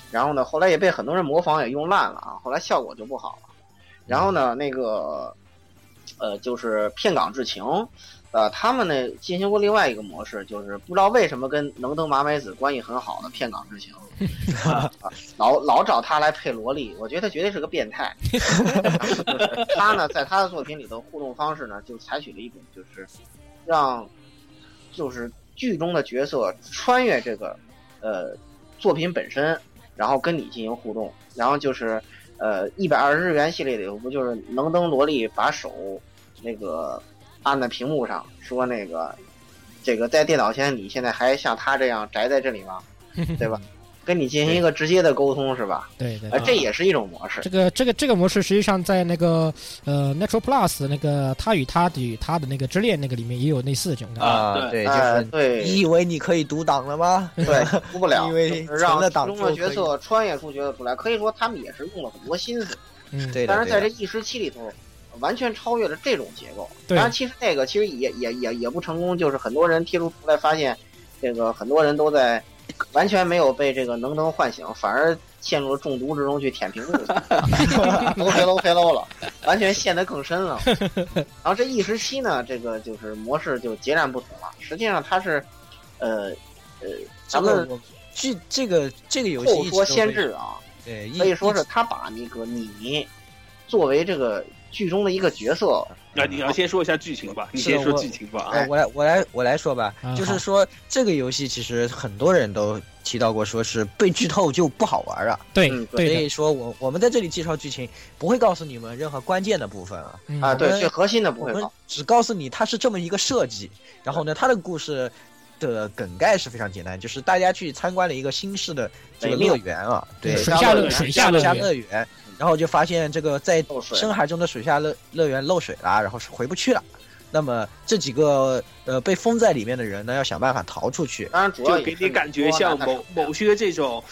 S3: 然后呢，后来也被很多人模仿，也用烂了啊，后来效果就不好了。然后呢，那个呃，就是骗港智情，呃，他们呢进行过另外一个模式，就是不知道为什么跟能登麻美子关系很好的骗港智情，啊老老找他来配萝莉，我觉得他绝对是个变态。他呢，在他的作品里头互动方式呢，就采取了一种就是让就是剧中的角色穿越这个呃作品本身，然后跟你进行互动，然后就是呃一百二十日元系列里头不就是能登萝莉把手那个按在屏幕上说那个这个在电脑前你现在还像他这样宅在这里
S1: [LAUGHS]
S3: 吗？对吧？跟你进行一个直接的沟通是
S1: [LAUGHS]
S3: 吧？
S4: 对对
S1: 啊
S4: 啊
S3: 呃，
S4: 对。
S3: 这也是一种模式。
S4: 这个这个这个模式实际上在那个呃 Natural Plus 那个他与他与他的那个之恋那个里面也有类似的这种感觉。
S1: 啊，
S2: 对
S1: 对，就
S3: 呃，
S1: 是 [LAUGHS]
S3: 对，
S1: 你以为你可以独挡了吗？
S3: 对，出不了，
S1: 因为
S3: 就是让
S1: 成了
S3: 剧
S1: 党
S3: 中
S1: 之后
S3: 的角
S1: 可以
S3: 色穿越出角色出来，可以说他们也是用了很多心思。
S4: 嗯，
S1: 对的，
S3: 但是在这
S1: 对的
S3: 一时期里头，完全超越了这种结构。
S4: 对
S3: 当然其实那个其实也也也也不成功，就是很多人贴出出来发现，这个很多人都在完全没有被这个能登唤醒，反而陷入中毒之中去舔屏幕
S2: [LAUGHS]
S3: 去了，OK l o k low 了，完全陷得更深了。然后这 E 时期呢，这个就是模式就截然不同了。实际上它是，呃
S1: 这
S3: 呃，咱
S1: 个
S3: 们
S1: 我这这个这个游戏
S3: 后
S1: 一直
S3: 说
S1: 都是
S3: 先至啊，
S1: 对，一
S3: 所以说
S1: 一
S3: 是他把那个你作为这个剧中的一个角色，
S2: 那你要先说一下剧情吧，你
S1: 是的
S2: 先说
S1: 我
S2: 剧情吧啊。
S3: 哎
S1: 啊，我来我来我来说吧，
S4: 嗯
S1: 就是
S4: 好
S1: 说这个游戏其实很多人都提到过，说是被剧透就不好玩了。
S4: [LAUGHS] 对
S3: 嗯
S1: 所
S4: 对
S1: 以说我我们在这里介绍剧情，不会告诉你们任何关键的部分啊，
S4: 的
S3: 啊，
S1: 我
S3: 对，
S2: 嗯
S1: 们
S3: 最核心的不
S1: 我
S3: 会
S1: 们
S3: 跑。
S1: 只告诉你它是这么一个设计。然后呢，它的故事的梗概是非常简单，就是大家去参观了一个新式的这个
S3: 美妙
S1: 乐园啊，对
S4: 对，，水
S1: 它
S4: 下
S3: 乐
S4: 乐
S3: 园
S4: 水
S1: 下
S4: 下乐园，
S1: 乐园，然后就发现这个在
S3: 漏水
S1: 深海中的水下乐乐园漏水啦，然后是回不去了。那么这几个呃被封在里面的人呢，要想办法逃出去。
S3: 当然主要
S2: 就
S3: 也
S2: 给
S3: 是
S2: 你感觉
S3: 说
S2: 像
S3: 那
S2: 某某些这种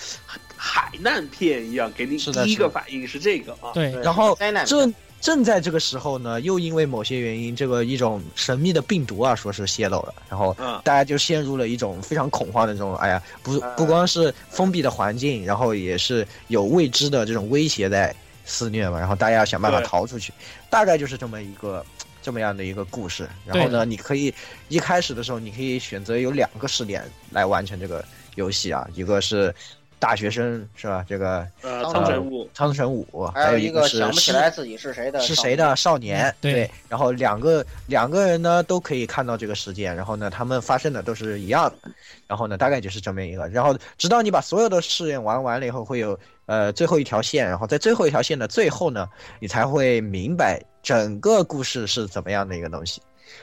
S2: 海难片一样，给你
S1: 是的
S2: 第一
S1: 是
S2: 个
S1: 的
S2: 反应是这个啊。
S4: 对
S3: 对
S1: 然后
S3: 灾难
S1: 正正在这个时候呢，又因为某些原因，这个一种神秘的病毒啊，说是泄露了，然后
S2: 嗯，
S1: 大家就陷入了一种非常恐慌的这种，哎呀，不
S3: 嗯
S1: 不光是封闭的环境，然后也是有未知的这种威胁在肆虐嘛，然后大家要想办法
S2: 对
S1: 逃出去，大概就是这么一个这么样的一个故事。然后
S4: 对
S1: 呢，你可以一开始的时候，你可以选择有两个试点来完成这个游戏啊，一个是大学生是吧？这个
S2: 呃，
S3: 当
S2: 苍
S1: 然
S2: 神物，
S1: 苍神武，
S3: 还有
S1: 一
S3: 个
S1: 是
S3: 想不起
S1: 失
S3: 来自己是谁的
S1: 是
S3: 少
S1: 谁
S3: 女
S1: 的少年
S4: 嗯？对
S1: 然后两个两个人呢都可以看到这个事件，然后呢他们发生的都是一样的，然后呢大概就是这么一个，然后直到你把所有的试验玩完了以后，会有呃最后一条线，然后在最后一条线的最后呢，你才会明白整个故事是怎么样的一个东西。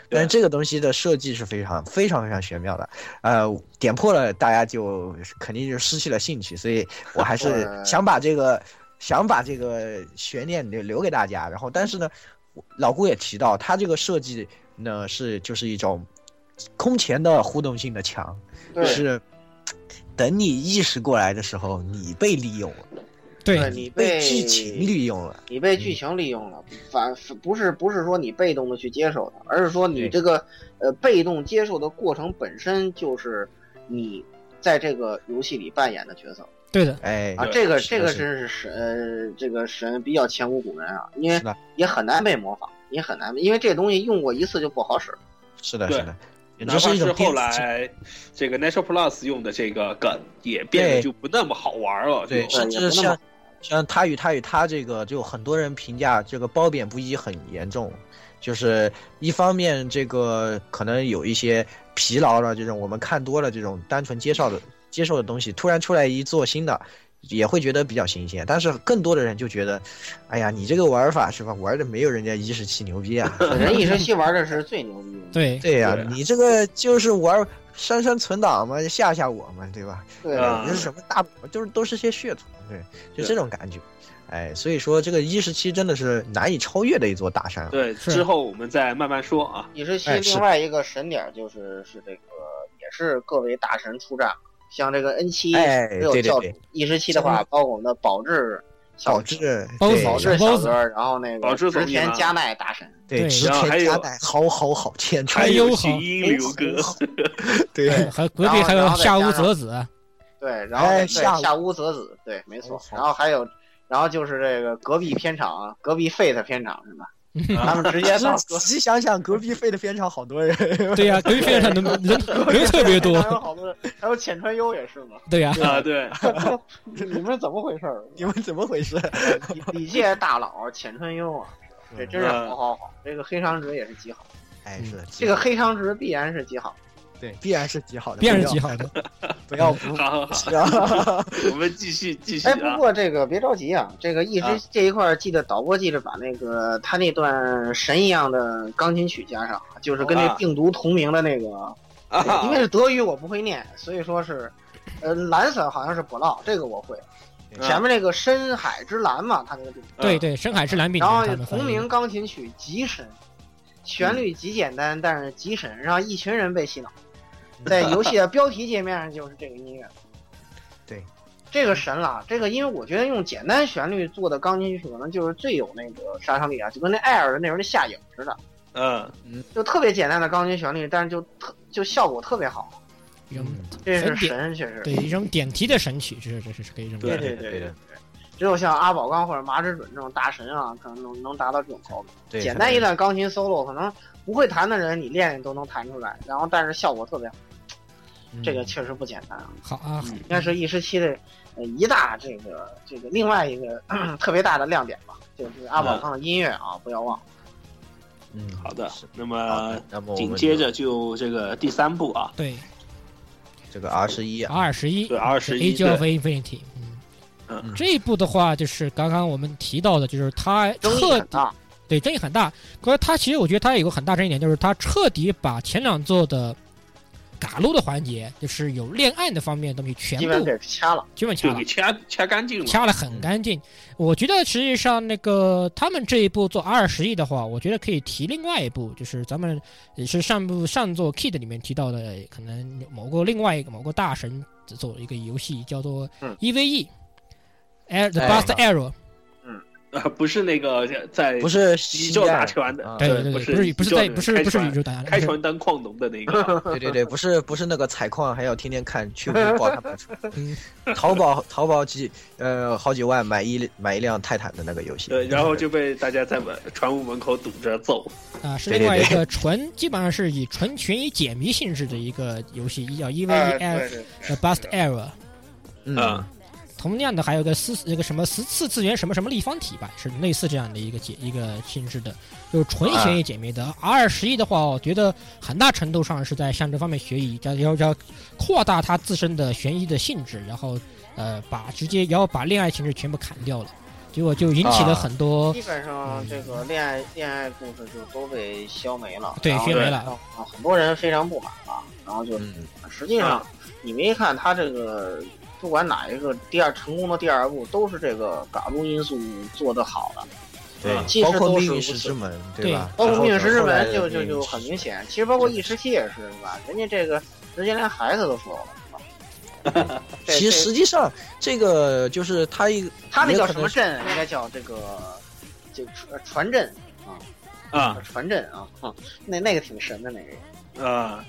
S2: 对
S1: 但是这个东西的设计是非常非常非常玄妙的，呃，点破了大家就肯定就失去了兴趣，所以我还是
S3: 对
S1: 想把这个想把这个悬念留留给大家。然后，但是呢，我老顾也提到，他这个设计呢是就是一种空前的互动性的强，
S3: 对
S1: 是等你意识过来的时候，你被利用了，
S3: 对
S4: 对
S3: 你
S1: 被剧情利用了。
S3: 你被
S1: 嗯
S3: 剧情利用了，反不是不是说你被动的去接受它，而是说你
S1: 对
S3: 这个呃被动接受的过程本身就是你在这个游戏里扮演的角色
S4: 对的，
S1: 哎，
S3: 啊，
S2: 对
S3: 这个
S1: 是
S3: 这个
S1: 是
S3: 真是神呃这个神比较前无古人啊，因为
S1: 是的
S3: 也很难被模仿，也很难，因为这东西用过一次就不好使。
S1: [LAUGHS] 是的，
S2: 对
S1: 是的，也
S2: 哪
S1: 就
S2: 怕
S1: 是一种
S2: 是后
S1: 电子
S2: 来这个 Natural Plus 用的这个梗，也变得
S1: 对
S2: 就不那么好玩了。
S1: 对，
S2: 就
S1: 甚
S3: 嗯也
S1: 至
S3: 不那么
S1: 像像他与他与他这个，就很多人评价这个褒贬不一很严重，就是一方面这个可能有一些疲劳了，这种我们看多了这种单纯介绍的接受的东西，突然出来一做新的。也会觉得比较新鲜，但是更多的人就觉得，哎呀，你这个玩法是吧，玩的没有人家一十七牛逼
S2: [LAUGHS]
S1: 啊！
S3: 人一时期玩的是最牛逼的，
S4: 对
S1: 对呀、
S2: 对啊
S1: 你这个就是玩删删存档嘛，吓吓我嘛，对吧？
S3: 对
S2: 啊
S1: 也是什么大，就是都是些噱头，对，就
S2: 对
S1: 这种感觉。哎，所以说这个一十七真的是难以超越的一座大山。啊
S2: 对，
S4: 啊是
S2: 之后我们再慢慢说啊。
S3: 也是系
S1: 哎是
S3: 另外一个神点儿就是是这个，也是各位大神出战，像这个 N 七
S1: 哎
S3: 只有
S1: 对对
S3: 教主
S1: 对
S3: 一时期的话，包括我们的宝智小
S1: 保
S3: 哥、
S1: 质，
S4: 包
S1: 对
S3: 宝
S4: 保
S3: 智
S4: 质
S3: 小
S4: 包
S3: 哥，
S4: 子
S3: 然后那
S2: 宝
S3: 个
S2: 智
S3: 织
S2: 同意
S3: 田
S2: 吗
S3: 加奈大神，
S1: 对，
S4: 对
S1: 直
S2: 然后还
S1: 田
S2: 有
S1: 加代，好好好，天
S2: 还
S1: 川
S4: 哎
S2: 有
S4: 呦
S2: 行音流
S1: [LAUGHS] 哎
S2: 哥，
S1: 对，
S4: [LAUGHS] 还隔壁还有夏屋泽子，啊
S3: 对，然后
S1: 哎
S3: 对
S1: 下
S3: 下屋泽子，对，没错
S1: 哦，好
S3: 然后还有。然后就是这个隔壁片场啊，隔壁 Fate 片场是吧？他们直接到
S1: 仔细想想，隔壁飞的片场好多人，
S4: 对啊呀，隔壁非常人人人特别
S3: 还有
S4: 多，
S3: 好多人，还有浅川优也是
S1: [LAUGHS]
S3: 嘛。 [LAUGHS]
S4: 对呀，
S2: 啊，对，
S3: 你们怎么回事儿？
S1: 你们怎么回事？
S3: 李李界大佬浅川优啊，这
S2: 嗯
S3: 真是好好好，这个黑长直也是极好，
S1: 哎，是
S3: 这个黑长直必然是极好。
S1: 对，必然是极好的，
S4: 必然是极好的，
S1: 不要，不
S2: 好好好，
S1: 要不
S2: 我们继续继续
S3: 哎，
S2: 啊
S3: 不。过这个别着急啊，这个一直
S2: 啊
S3: 这一块儿记得导播记着把那个他那段神一样的钢琴曲加上，就是跟那
S2: 啊
S3: 病毒同名的那个，
S1: 哎
S2: 啊
S3: 因为是德语我不会念，所以说是，呃，蓝色好像是不闹，这个我会。
S2: 啊
S3: 前面那个深海之蓝嘛，他那个病毒，
S4: 对对，深海之蓝病
S3: 然后
S4: 他们翻译
S3: 同名钢琴曲极神，旋律极简单，但是极神，让一群人被洗
S4: [LAUGHS]
S3: 脑。在游戏的标题界面上就是这个音乐。
S1: 对，
S3: 这个神了，这个因为我觉得用简单旋律做的钢琴曲，可能就是最有那个杀伤力啊，就跟那艾尔的那时候的夏影似的，
S2: 嗯，
S3: 就特别简单的钢琴旋律，但是就特就效果特别好。
S4: 一种
S1: 嗯
S3: 这是
S4: 神点，
S3: 神，确实。
S4: 对一种点题的神曲，这是这是可以这么
S3: 对
S4: 说。
S3: 对
S1: 对
S3: 对
S1: 的
S3: 只有像阿宝刚或者麻之准这种大神啊，可能能能达到这种高度。
S1: 对，
S3: 简
S1: 可
S3: 单
S1: 能
S3: 一段钢琴 solo，可能不会弹的人你练练都能弹出来，然后但是效果特别好，
S1: 嗯
S3: 这个确实不简单啊。
S4: 好啊，
S2: 嗯
S3: 应该是 E 十七的呃一大这个这个另外一个 [CLEARS THROAT] 咳特别大的亮点吧，就是阿宝刚的音乐啊，不要忘了。
S1: 嗯
S2: 好的
S1: 是，好
S2: 那么
S1: 的那么我
S2: 紧
S1: 们
S2: 接着就这个第三部啊，
S4: 对
S1: 这个 R 十一啊，
S4: R 十一
S2: 对 R11
S4: Age of Infinity，嗯
S2: 嗯
S4: 这一部的话就是刚刚我们提到的，就是它
S3: 争议
S4: 彻
S3: 很大，
S4: 对争议很大。可是它其实我觉得它有个很大争议点，就是它彻底把前两座的嘎撸的环节，就是有恋爱的方面的东西，全
S3: 基本
S4: 部
S3: 给掐了。
S4: 基本掐
S2: 就
S4: 了
S2: 给。掐掐干净了。
S4: 掐得很干净。我觉得实际上那个他们这一部做 R 十亿的话，我觉得可以提另外一部，就是咱们也是上部上座 Kid 里面提到的，可能某个另外一个某个大神做一个游戏叫做 E
S3: 嗯
S4: EVE。Air 呃 the
S1: 哎
S4: Bust Arrow，
S2: 啊，不是那个在
S1: 不是
S2: 宇
S1: 西
S2: 宙
S1: 亚
S2: 打拳的，
S1: 啊
S4: 对
S2: 对
S4: 对
S2: 不
S4: 对，
S2: 是
S4: 不是不是在
S2: 宇宙
S4: 不是不是
S2: 开
S4: 宇宙大
S2: 开船单矿农的那个，
S1: [LAUGHS] 对对对，不是不是那个采矿，还要天天看
S2: [LAUGHS]
S1: 去五宝看盘出。淘宝淘宝几呃好几万买一买一辆泰坦的那个游戏。
S2: 对，然后就被大家在门船坞门口堵着揍。
S4: [LAUGHS] 啊，是
S1: 对对
S4: 另外一
S1: 对
S4: 个纯基本上是以纯群以解谜性质的一个游戏，叫 E EVE
S3: 哎
S4: Air
S3: 对对
S4: the Bust Arrow。
S1: 嗯
S2: 啊，
S4: 同样的，还有一个四那个什么十次次元什么什么立方体吧，是类似这样的一个解一个性质的，就是纯悬疑解谜的。R 十一的话，我觉得很大程度上是在向这方面学习，要要要扩大它自身的悬疑的性质，然后呃把直接然后把恋爱性质全部砍掉了，结果就引起了
S1: 啊
S4: 很多、
S3: 基本上这个恋爱恋爱故事就都被消没了，
S4: 对
S1: 啊
S3: 然后
S4: 消
S2: 没
S4: 了
S3: 让让很多人非常不满啊。然后就
S1: 嗯，
S3: 实际上，你没看他这个，不管哪一个第二成功的第二部，都是这个嘎撸因素做得好的，
S1: 对
S2: 啊，
S3: 其实
S1: 包括
S3: 都是
S1: 命
S3: 如
S1: 运石
S3: 此
S1: 之门，
S4: 对
S1: 吧？
S3: 包括
S1: 然后
S3: 命运石之
S1: 后来
S3: 门
S1: 的
S3: 就就就
S1: 命运
S3: 很
S1: 石
S3: 明显，其实包括异时期也是，是吧？人家这个直接连孩子都收了，是吧？这
S1: 其实
S3: 这
S1: 实际上这个就是他一个
S3: 他那
S1: 也
S3: 叫
S1: 可
S3: 什
S1: 能
S3: 么
S1: 是
S3: 阵？应该叫这个这个传传阵
S2: 啊
S3: 传阵啊，哼那那个挺神的那个。
S2: 啊，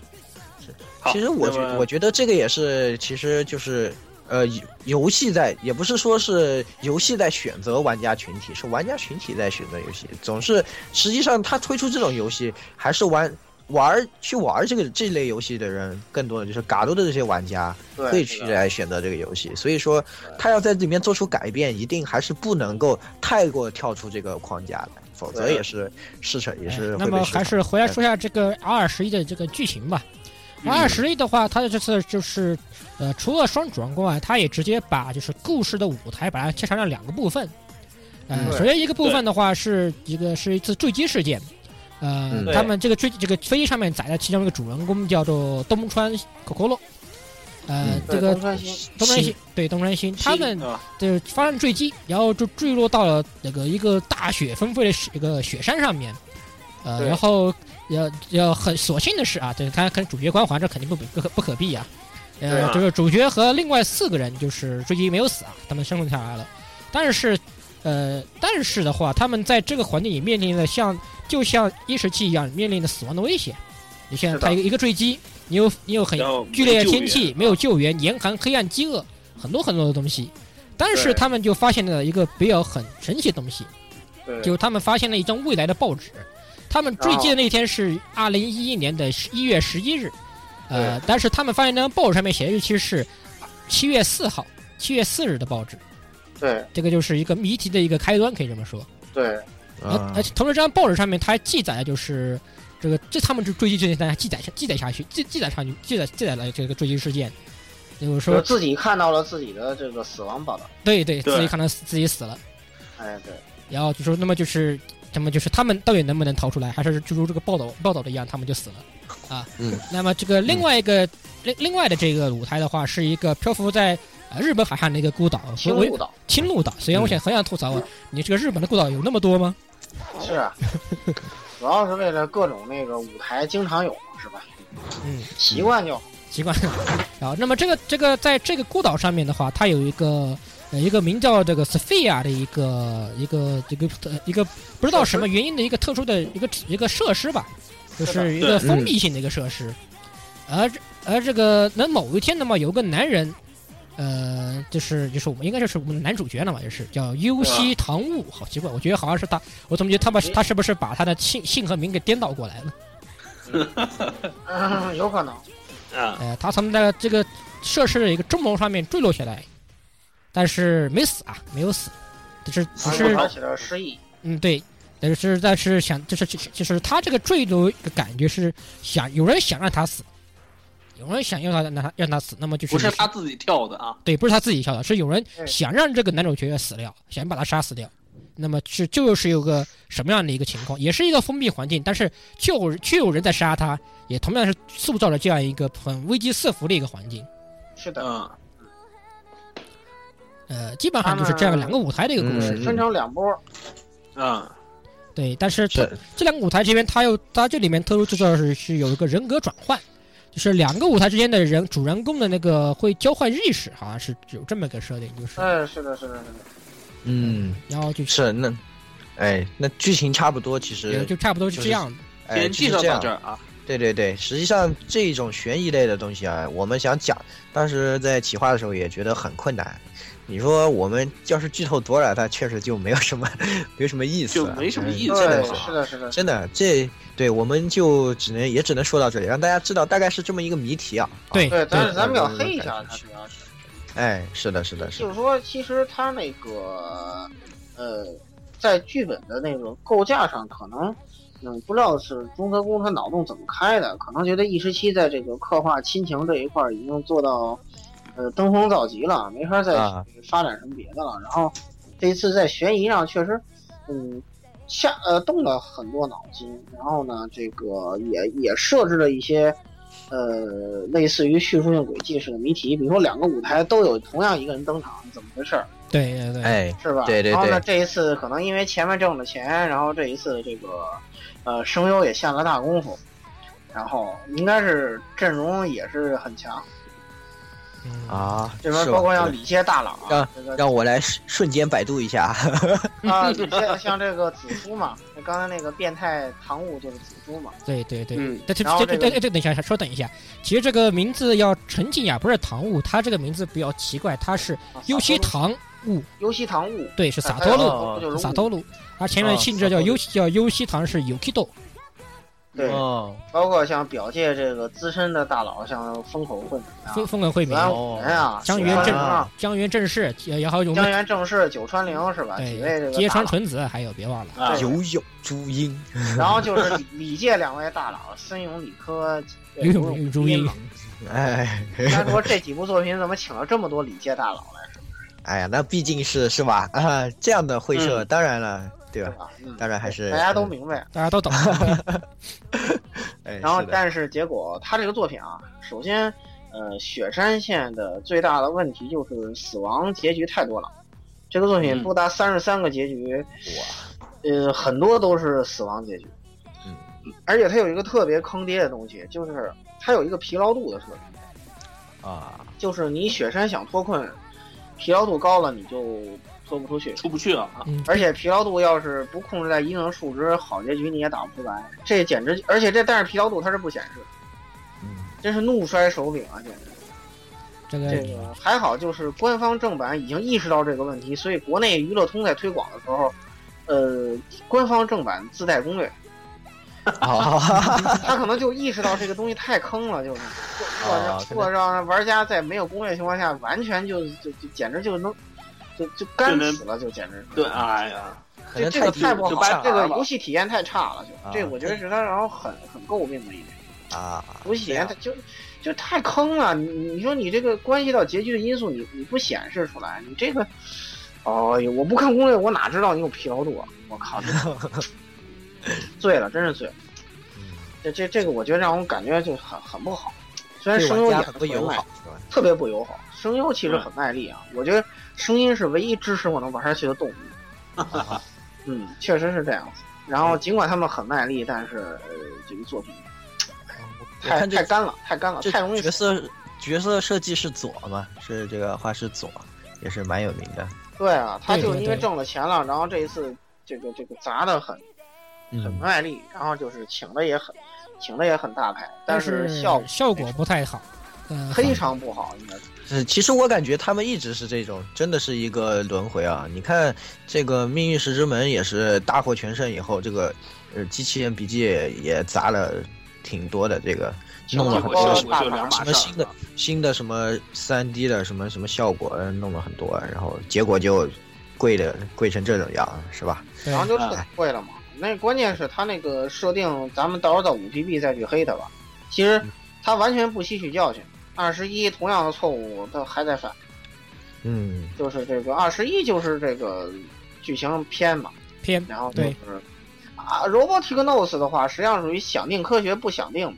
S2: 好
S1: 其实我
S2: 那
S1: 觉
S2: 么
S1: 我觉得这个也是，其实就是呃，游游戏在也不是说是游戏在选择玩家群体，是玩家群体在选择游戏。总是实际上他推出这种游戏，还是玩玩去玩这个这类游戏的人，更多的就是嘎多的这些玩家
S3: 对，
S1: 会去
S3: 是的
S1: 来选择这个游戏。所以说，他要在里面做出改变，一定还是不能够太过跳出这个框架来，否则
S3: 对
S1: 也是市场也
S4: 哎
S1: 是会被市场。
S4: 那么还是回来说一下这个 R 十一的这个剧情吧。
S2: 嗯
S4: R 十一的话，它的这次就是，呃，除了双主人公外，它也直接把就是故事的舞台把它切成了两个部分。呃，
S1: 嗯
S4: 首先一个部分的话是一个是一次坠机事件，呃，
S1: 嗯
S4: 他们这个坠这个飞机上面载的其中一个主人公叫做东川 Kokoro，呃
S1: 嗯，
S4: 这
S3: 对
S4: 个
S3: 东川星
S4: 东川新对东川新，他们
S2: 啊
S4: 就是发生坠机，然后就坠落到了那个一个大雪纷飞的雪一个雪山上面，呃，
S3: 对
S4: 然后要要很所幸的是啊，对，他跟主角光环这肯定不不可不可避啊，
S3: 对
S4: 呃，
S2: 啊
S4: 就是主角和另外四个人就是坠机没有死啊，他们生存下来了，但是呃，但是的话，他们在这个环境也面临了像就像一时期一样面临的死亡的威胁，你像
S3: 是的
S4: 他一个一个坠机，你又你又很
S2: 然后
S4: 剧烈的
S2: 没救
S4: 天气
S2: 援，
S4: 没有救援，严寒、黑暗、饥饿，很多很多的东西。但是
S3: 对
S4: 他们就发现了一个比较很神奇的东西，
S3: 对
S4: 就是他们发现了一张未来的报纸。他们坠机的那天是二零一一年的一月十一日，呃，但是他们发现那张报纸上面写的日期是七月四号，七月四日的报纸。
S3: 对
S4: 这个就是一个谜题的一个开端，可以这么说。
S3: 对
S4: 而
S1: 啊
S4: 而且同时这张报纸上面它还记载了就是这个这他们就追击这件事，还记载下记载下去，记记载上去，记载记载了这个追击事件。就是
S3: 就是
S4: 说，
S3: 自己看到了自己的这个死亡报道。
S4: 对对，
S2: 对
S4: 自己可能死自己死了，
S3: 哎，对，
S4: 然后就说那么就是那么就是他们到底能不能逃出来，还是就如这个报道报道的一样，他们就死了啊。
S1: 嗯。
S4: 那么这个另外一个另、另外的这个舞台的话，是一个漂浮在呃日本海上的一个孤岛，
S3: 青
S4: 我
S3: 鹿岛
S4: 青鹿岛。虽然我想很想吐槽啊，你这个日本的孤岛有那么多吗？
S3: 是啊，主要是为了各种那个舞台经常有嘛，是吧？
S4: 嗯，
S3: 习惯就好。
S4: 习惯。 [LAUGHS] 然后，那么这个这个在这个孤岛上面的话，它有一个呃一个名叫这个 Sophia 的一个一个一个呃一个不知道什么原因的一个特殊的一个一个设施吧，就是嗯是一个封闭性的一个设施。而这而这个能某一天呢嘛，有个男人，呃，就是就是我们应该就是我们的男主角了嘛，就是叫优西堂悟，好奇怪，我觉得好像是他，我怎么觉得他把他是不是把他的姓姓和名给颠倒过来了？
S3: 嗯， [LAUGHS] 有可能。
S2: 啊，
S4: 呃，他从那个这个设施的一个钟楼上面坠落下来，但是没死啊，没有死，只是只
S3: 所以
S4: 是
S3: 他写的失忆，
S4: 嗯，对，但是但是想，就是就是就是他这个坠楼的感觉是想有人想让他死，有人想要他让他让他死，那么就是
S2: 不是他自己跳的啊，
S4: 对，不是他自己跳的，是有人
S3: 嗯
S4: 想让这个男主角死掉，想把他杀死掉。那么是就是有个什么样的一个情况，也是一个封闭环境，但是却有却有人在杀他，也同样是塑造了这样一个很危机四伏的一个环境。
S3: 是的，
S2: 嗯，
S4: 呃，基本上就是这样两个舞台的一个故事。
S1: 嗯
S3: 分成两波。
S2: 嗯，
S4: 对，但是它
S1: 是
S4: 这两个舞台这边，它又它这里面特殊制造是是有一个人格转换，就是两个舞台之间的人主人公的那个会交换意识，好像是有这么一个设定，就是
S3: 哎，是的，是的，是的。
S1: 嗯，
S4: 然后就是
S1: 那，哎，那剧情差不多，其
S4: 也
S1: 实
S4: 就差不多是这样的。
S1: 哎，
S2: 先
S1: 就是
S2: 介绍
S1: 这
S2: 到
S1: 样
S2: 这。儿啊，
S1: 对对对，实际上这种悬疑类的东西啊，我们想讲，当时在企划的时候也觉得很困难。你说我们要是剧透多了，它确实就没有什么， [LAUGHS] 没有什么意思
S2: 就
S1: 了，
S2: 没什么
S1: 嗯
S2: 意思
S1: 真的
S3: 对，
S1: 是，
S3: 是的，是的。
S1: 真的，这对我们就只能也只能说到这里，让大家知道大概是这么一个谜题啊。啊
S4: 对
S3: 对，但是
S1: 对
S3: 咱们要
S1: 对
S3: 黑一下
S1: 对
S3: 他，主要是，
S1: 哎，是的，是的，是
S3: 就
S1: 的，
S3: 是说，其实他那个，呃，在剧本的那个构架上，可能，嗯，不知道是中泽公他脑洞怎么开的，可能觉得一时期在这个刻画亲情这一块儿已经做到，呃，登峰造极了，没法再
S1: 啊
S3: 去发展什么别的了。然后这一次在悬疑上确实，嗯，下呃动了很多脑筋，然后呢，这个也也设置了一些。呃，类似于叙述性轨迹是个谜题，比如说两个舞台都有同样一个人登场，怎么回事儿，
S4: 对对对，
S1: 哎，
S3: 是吧？
S1: 对对
S3: 然后呢，
S1: 对
S3: 这一次可能因为前面挣了钱，然后这一次这个呃声优也下了大功夫，然后应该是阵容也是很强，
S4: 嗯，
S1: 啊，
S3: 这边
S1: 是
S3: 包括
S1: 吧
S3: 像李谢大佬
S1: 让
S3: 啊，这个
S1: 让我来瞬瞬间百度一下，
S3: 啊李谢像这个紫苏嘛，刚才那个变态唐舞就是紫苏嘛，
S4: 对对对。
S2: 嗯，
S4: 但这
S3: 然后
S4: 这
S3: 这
S4: 这
S3: 个
S4: 这这等一下，稍等一下。其实这个名字要陈静雅，不是唐悟，他这个名字比较奇怪，他是
S3: 啊
S4: 优西，唐悟，
S3: 尤西唐舞，
S4: 对，是洒
S3: 洒
S4: 脱
S1: 路
S4: 路，
S3: 不就是
S4: 洒
S3: 舞
S4: 脱路。而前面
S1: 啊
S4: 姓
S1: 洒
S4: 这叫
S1: 脱路
S4: 优叫优西唐是 Yukido，
S3: 对，
S1: 哦，
S3: 包括像表界这个资深的大佬，像风口混啊，
S4: 风风格惠
S3: 子
S4: 民。
S3: 安五人啊，
S4: 江
S3: 九
S4: 原
S3: 川
S4: 正
S3: 玲啊，
S4: 江原正式，也也还有我
S3: 江
S4: 们
S3: 原正式、九川玲是
S1: 啊
S3: 吧？几位这
S4: 对
S3: 个
S4: 揭
S3: 大
S4: 川
S3: 佬，
S4: 纯子，还有别忘了，
S2: 啊
S3: 对
S1: 有有朱茵， [LAUGHS]
S3: 然后就是李李界两位大佬森永理科、呃
S4: 刘永玉朱
S3: 英
S1: [LAUGHS]
S4: 茵
S3: 嘛。
S1: 哎，
S3: 他说这几部作品怎么请了这么多李界大佬来，
S1: 哎呀，那毕竟是是吧？啊，这样的会社，当然了，对
S3: 嗯对
S1: 吧？
S3: 吧？嗯，
S1: 当然还是
S3: 大家都明白。
S4: 大家都
S1: [LAUGHS]
S4: 懂。
S1: 哎，
S3: 然后
S1: 是，的
S3: 但是结果他这个作品啊，首先，呃，雪山县的最大的问题就是死亡结局太多了。这个作品
S2: 嗯
S3: 多达三十三个结局，呃，很多都是死亡结局。
S1: 嗯，
S3: 而且它有一个特别坑爹的东西，就是它有一个疲劳度的设定，
S1: 哇啊，
S3: 就是你雪山想脱困，疲劳度高了你就脱不出去。
S2: 出不去了啊，
S4: 嗯，
S3: 而且疲劳度要是不控制在一定的数值，好结局你也打不出来。这简直，而且这但是疲劳度它是不显示的，
S1: 嗯，
S3: 真是怒摔手柄啊！简直，
S4: 这
S3: 这
S4: 个
S3: 个还好，就是官方正版已经意识到这个问题，所以国内娱乐通在推广的时候，呃，官方正版自带攻略，
S1: 好，
S3: 他可能就意识到这个东西太坑了，就是或者让
S1: 啊
S3: 或者让玩家在没有攻略情况下，完全就就就简直就能就就干死了，就简直
S2: 对，哎呀，
S1: 可
S3: 这
S1: 能
S3: 这个
S1: 低
S3: 太不
S2: 就
S3: 好
S2: 掰
S3: 了，这个
S2: 了
S3: 游戏体验太差了，就
S1: 啊
S3: 这我觉得是他然后很很诟病的一点，
S1: 啊，
S3: 游戏体验它就就太坑了，你你说你这个关系到结局的因素，你你不显示出来，你这个，哦呦，我不看攻略，我哪知道你有疲劳度啊？我靠，这醉了，真是醉了，
S1: 嗯
S3: 这这这个我觉得让我感觉就很很不好，虽然
S1: 对
S3: 声优
S1: 玩
S3: 演
S1: 家
S3: 得
S1: 很
S3: 特
S1: 不
S3: 别
S1: 友
S3: 卖
S1: 好，嗯是吧？
S3: 特别不友好。声优其实很卖力啊，我觉得声音是唯一支持我能玩下去的动力。
S1: [LAUGHS] 啊
S3: 嗯，确实是这样子。然
S1: 嗯
S3: 后尽管他们很卖力，但是呃，这个作品
S1: 嗯我
S3: 太
S1: 看
S3: 太
S1: 这
S3: 干了，太干了，
S1: 这
S3: 太容易
S1: 角色角色设计是左嘛，是这个画师左，也是蛮有名的。
S3: 对啊，他
S4: 对
S3: 就
S4: 对
S3: 因为
S4: 对
S3: 挣了钱了，然后这一次这个这个砸的很，
S1: 嗯
S3: 很卖力，然后就是请的也很，请的也很大牌，但
S4: 但
S3: 是
S4: 是
S3: 效
S4: 效果不太好，嗯，
S3: 非
S4: 很
S3: 常不好，应该是。
S1: 是，嗯其实我感觉他们一直是这种，真的是一个轮回啊！你看这个《命运石之门》也是大获全胜以后，这个呃机器人笔记也砸了挺多的这个，弄了
S2: 结
S1: 很
S2: 果
S1: 多
S2: 效
S1: 什么
S2: 果就两码
S1: 什么
S2: 事
S1: 新的
S2: 儿。
S1: 新的什么三 D 的什么什么效果，呃弄了很多，然后结果就跪的跪成这种样，是吧？
S4: 对
S3: 然后就
S2: 啊
S3: 彻底会了嘛。那关键是他那个设定，咱们到时候到五 GB 再去黑他吧。其实他完全不吸取教训。二十一同样的错误，他还在犯，
S1: 嗯，
S3: 就是这个二十一就是这个剧情偏嘛，
S4: 偏
S3: 然后就是
S4: 对
S3: 啊，Robotic Nose 的话，实际上属于想定科学不想定嘛，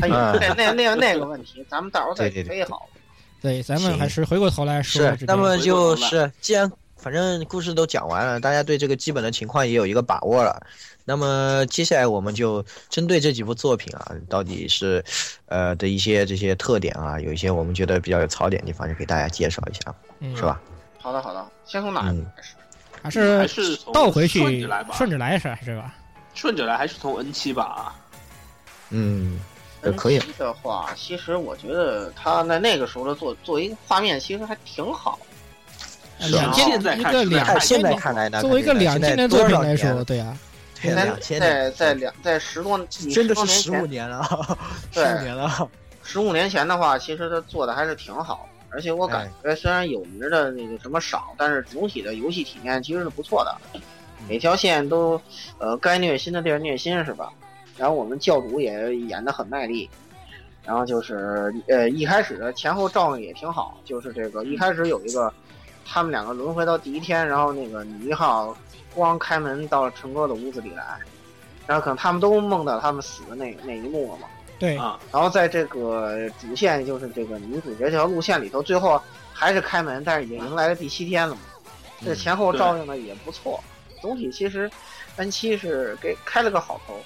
S3: 他有
S1: 嗯
S3: 那那那那个问题，咱们到时候再
S1: 对对对
S3: 黑好了。
S4: 对，咱们
S1: 行
S4: 还是回过头来说
S1: 是
S4: 这。
S1: 那
S4: 个
S1: 么就
S2: 回过头
S1: 是，既然反正故事都讲完了，大家对这个基本的情况也有一个把握了。那么接下来我们就针对这几部作品啊，到底是呃的一些这些特点啊，有一些我们觉得比较有槽点的地方，就给大家介绍一下，
S4: 嗯
S1: 是吧？
S3: 好的好的，先从哪
S1: 嗯
S3: 个开始？
S4: 还是
S2: 还是从
S4: 倒回去
S2: 顺着来吧，
S4: 顺着来是是吧？
S2: 顺着来还是从 N 七吧。
S1: 嗯，呃可以
S3: N7 的话，其实我觉得他在那个时候的做做一个画面，其实还挺好。
S1: 是
S4: 两
S1: 啊
S4: 千
S2: 现在
S4: 一
S2: 看
S4: 个
S2: 是
S4: 两
S1: 看
S4: 千
S1: 现在
S4: 年，
S1: 看来呢，
S4: 作为一个两
S1: 年
S4: 千年作品
S1: 少
S4: 来
S1: 年
S4: 说，
S1: 了，
S4: 对啊，
S1: 对
S3: 在
S1: 两千
S3: 在
S1: 年
S3: 在两在十多，你
S1: 真的
S3: 多
S1: 是
S3: 年
S1: 十五
S3: 前，
S1: 年了， [LAUGHS] 十
S3: 对
S1: 五年了，
S3: 十五年前的话，其实他做的还是挺好的，而且我感觉虽然有名的那个什么少，但是总体的游戏体验其实是不错的，每条线都呃该虐心的地儿虐心是吧？然后我们教主也演得很卖力，然后就是呃一开始的前后照应也挺好，就是这个一开始有一个他们两个轮回到第一天，然后那个女一号光开门到陈哥的屋子里来，然后可能他们都梦到他们死的那那一幕了嘛。
S4: 对，
S2: 啊，
S3: 然后在这个主线，就是这个女主角这条路线里头，最后还是开门，但是也迎来了第七天了嘛。
S1: 嗯
S3: 这前后照应的也不错，总体其实 N 七是给开了个好头，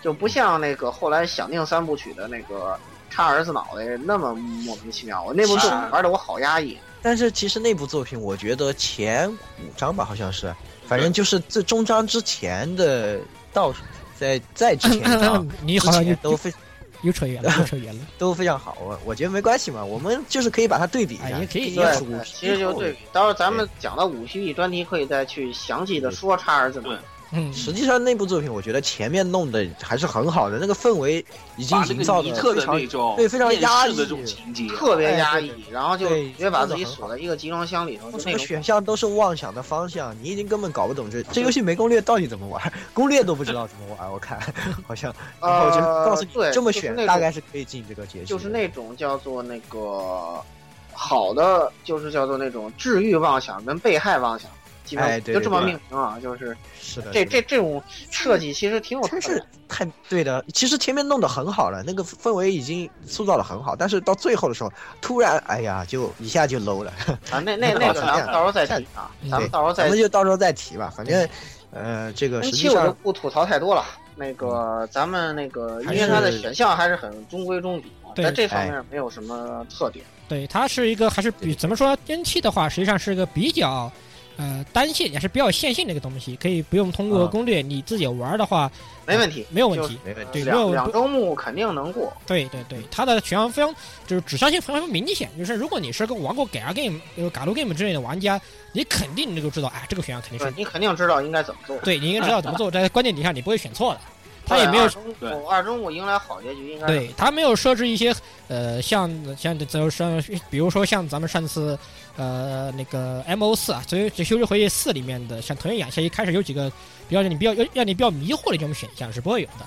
S3: 就
S1: 嗯
S3: 不像那个后来响应三部曲的那个插儿子脑袋那么莫名其妙。我那部作品玩的我好压抑，
S1: 但是其实那部作品，我觉得前五章吧，好像是，反正就是这中章之前的倒数，在在之前一章
S4: 嗯你
S1: 之
S4: 好像
S1: 前
S4: 又
S1: 都非
S4: 又扯远了，又扯远了。
S1: 都非常好，我我觉得没关系嘛，我们就是可以把它对比一
S4: 哎
S1: 下
S4: 也，可以
S1: 毕竟
S3: 对
S1: 是五
S3: 其实就对。比。到时候咱们讲到五 P E 专题，可以再去详细的说插儿子脑袋。
S4: 嗯，
S1: 实际上那部作品，我觉得前面弄的还是很好的，那个氛围已经
S2: 把那
S1: 营造
S2: 个
S1: 的
S2: 尼特
S1: 非
S2: 的
S1: 常
S2: 那种
S1: 对非常
S2: 厌世
S1: 压抑
S2: 的这种情节，
S3: 特别压抑，然后就
S1: 哎对
S3: 直接把自己锁在一个集装箱里头，就
S1: 什
S3: 那
S1: 么
S3: 种
S1: 选项都是妄想的方向，你已经根本搞不懂这这游戏没攻略到底怎么玩，攻略都不知道怎么玩，我看 [LAUGHS] 好像，然后就
S3: 呃
S1: 告诉你
S3: 对
S1: 这么
S3: 就是
S1: 选
S3: 那，
S1: 大
S3: 种
S1: 概是可以进这个结局的，
S3: 就是那种叫做那个好的，就是叫做那种治愈妄想跟被害妄想，基本
S1: 哎
S3: 上
S1: 对
S3: 就这么
S1: 对
S3: 命名啊，就是
S1: 是的，
S3: 这
S1: 是的
S3: 这这种设计其实挺有特
S1: 真
S3: 点
S1: 是。太对的。其实前面弄得很好了，那个氛围已经塑造的很好，但是到最后的时候，突然哎呀，就一下就 low 了。
S3: 啊，那
S1: 嗯
S3: 那那个咱们到时候再提啊，
S4: 嗯
S3: 咱们到时候
S1: 咱
S3: 再
S1: 们
S3: 提。
S1: 就到时候再提吧，反正，呃，这个
S3: 那
S1: 实
S3: 期
S1: 际
S3: 我就
S1: 上嗯
S3: 不吐槽太多了。那个咱们那个，因
S4: 还
S3: 为它的
S1: 是哎
S3: 选项还是很中规中矩嘛，
S4: 对
S3: 在这方面没有什么特点。
S4: 对，它是一个还是比怎么说，N 七的话，实际上是个比较呃单线，也是比较线性的一个东西，可以不用通过
S1: 嗯
S4: 攻略，你自己玩的话
S3: 没问题，
S4: 没有问
S3: 就是
S4: 题。
S1: 没问题。
S4: 对没
S3: 两
S4: 有
S3: 两周目肯定能过。
S4: 对对对，它的选项非常就是指向性非常明显，就是如果你是个玩过 Gal Game、呃 Gal Game 之类的玩家，你肯定能够知道，哎，这个选项肯定
S3: 对
S4: 是
S3: 你肯定知道应该怎么做。
S4: 对，你应该知道怎么做，在关键底下你不会选错的。它也没有
S2: 对
S3: 有二中五迎来好结局，应该是
S4: 对他没有设置一些呃，像像就是像比如说像咱们上次呃那个 M O 四啊，所以《修士回忆四》里面的像藤原雅下一开始有几个比较让你比较让你比较迷惑的这种选项是不会有的。